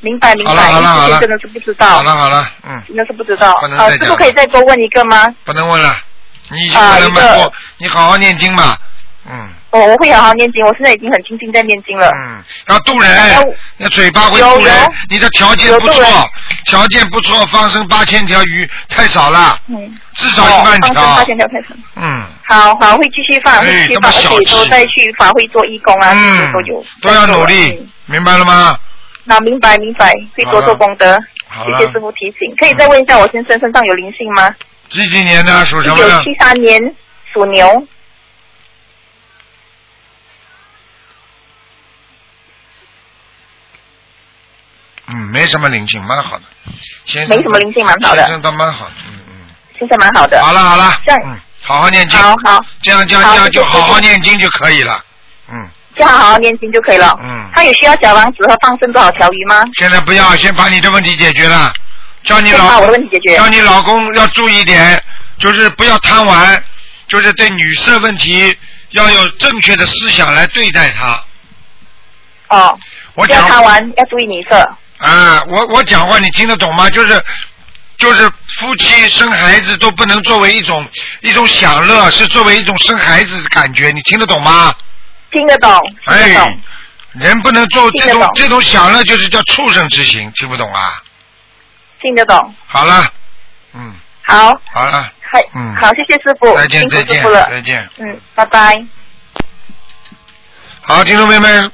[SPEAKER 16] 明白明白，
[SPEAKER 1] 好了好了好
[SPEAKER 16] 之前
[SPEAKER 1] 了，
[SPEAKER 16] 真的是不知道，
[SPEAKER 1] 好了好了，嗯，
[SPEAKER 16] 真的是不知道。
[SPEAKER 1] 不能
[SPEAKER 16] 呃，
[SPEAKER 1] 再
[SPEAKER 16] 师
[SPEAKER 1] 讲
[SPEAKER 16] 傅可以再多问一个吗？
[SPEAKER 1] 不能问了，你已经
[SPEAKER 16] 啊
[SPEAKER 1] 问了
[SPEAKER 16] 一
[SPEAKER 1] 蛮
[SPEAKER 16] 个
[SPEAKER 1] 多，你好好念经吧，嗯，
[SPEAKER 16] 我哦我会好好念经，我现在已经很精进在念经了。
[SPEAKER 1] 嗯，要渡
[SPEAKER 16] 哎
[SPEAKER 1] 人，那嘴巴会渡人，你的条件不错，条件不错，放生八千条鱼太少了，
[SPEAKER 16] 嗯，
[SPEAKER 1] 至少一万
[SPEAKER 16] 哦放生八
[SPEAKER 1] 条。
[SPEAKER 16] 千条太长。
[SPEAKER 1] 嗯，
[SPEAKER 16] 好好，会继续放，会继续
[SPEAKER 1] 哎这么
[SPEAKER 16] 放，
[SPEAKER 1] 小
[SPEAKER 16] 而且
[SPEAKER 1] 气嗯
[SPEAKER 16] 都再去法会做义工啊，这些都有。
[SPEAKER 1] 都要努力，明白了吗？
[SPEAKER 16] 那明白明白，会多做功德。
[SPEAKER 1] 好
[SPEAKER 16] 谢
[SPEAKER 1] 了
[SPEAKER 16] 谢，师傅提醒。可以再问一下，我先生身上有灵性吗？
[SPEAKER 1] 几几年的属
[SPEAKER 16] 一
[SPEAKER 1] 什么的
[SPEAKER 16] 九？七三年属牛。
[SPEAKER 1] 嗯，没什么灵性，蛮好的。先生
[SPEAKER 16] 没什么灵性蛮好的
[SPEAKER 1] 先生倒蛮好的，嗯，
[SPEAKER 16] 现在蛮好的。
[SPEAKER 1] 好了好了，
[SPEAKER 16] 这样
[SPEAKER 1] 嗯，好好念经。
[SPEAKER 16] 好好，
[SPEAKER 1] 这样这样这
[SPEAKER 16] 好
[SPEAKER 1] 样就
[SPEAKER 16] 谢谢
[SPEAKER 1] 好好
[SPEAKER 16] 谢谢
[SPEAKER 1] 念经就可以了。嗯，
[SPEAKER 16] 这样好好念经就可以了。
[SPEAKER 1] 嗯。
[SPEAKER 16] 他有需要小王子和放生多少条鱼吗？
[SPEAKER 1] 现在不要，先把你的问题解决了，叫你
[SPEAKER 16] 先
[SPEAKER 1] 老
[SPEAKER 16] 把
[SPEAKER 1] 公
[SPEAKER 16] 我的问题解决
[SPEAKER 1] 叫你老公要注意一点，就是不要贪玩，就是对女色问题要有正确的思想来对待她。
[SPEAKER 16] 哦，
[SPEAKER 1] 我
[SPEAKER 16] 不要
[SPEAKER 1] 讲
[SPEAKER 16] 贪玩，要注意女色。
[SPEAKER 1] 啊，我我讲话你听得懂吗？就是就是夫妻生孩子都不能作为一种一种享乐，是作为一种生孩子的感觉，你听得懂吗？
[SPEAKER 16] 听得懂，
[SPEAKER 1] 听得懂。哎人不能做这
[SPEAKER 16] 听得
[SPEAKER 1] 种
[SPEAKER 16] 懂
[SPEAKER 1] 这种享乐，就是叫畜生之行，听不懂啊？
[SPEAKER 16] 听得懂。
[SPEAKER 1] 好了，
[SPEAKER 16] 好，
[SPEAKER 1] 好了，
[SPEAKER 16] 还
[SPEAKER 1] 嗯，
[SPEAKER 16] 好，谢谢师傅，
[SPEAKER 1] 再见
[SPEAKER 16] 辛苦
[SPEAKER 1] 再
[SPEAKER 16] 师
[SPEAKER 1] 见
[SPEAKER 16] 傅了，
[SPEAKER 1] 再见。
[SPEAKER 16] 嗯，拜拜。
[SPEAKER 1] 好，听众朋友们，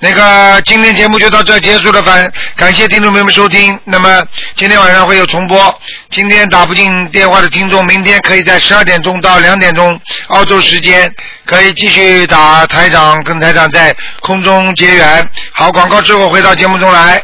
[SPEAKER 1] 那个今天节目就到这儿结束了，反感谢听众朋友们收听。那么今天晚上会有重播，今天打不进电话的听众，明天可以在十二点钟到两点钟澳洲时间可以继续打台长跟台长在空中结缘。好，广告之后回到节目中来。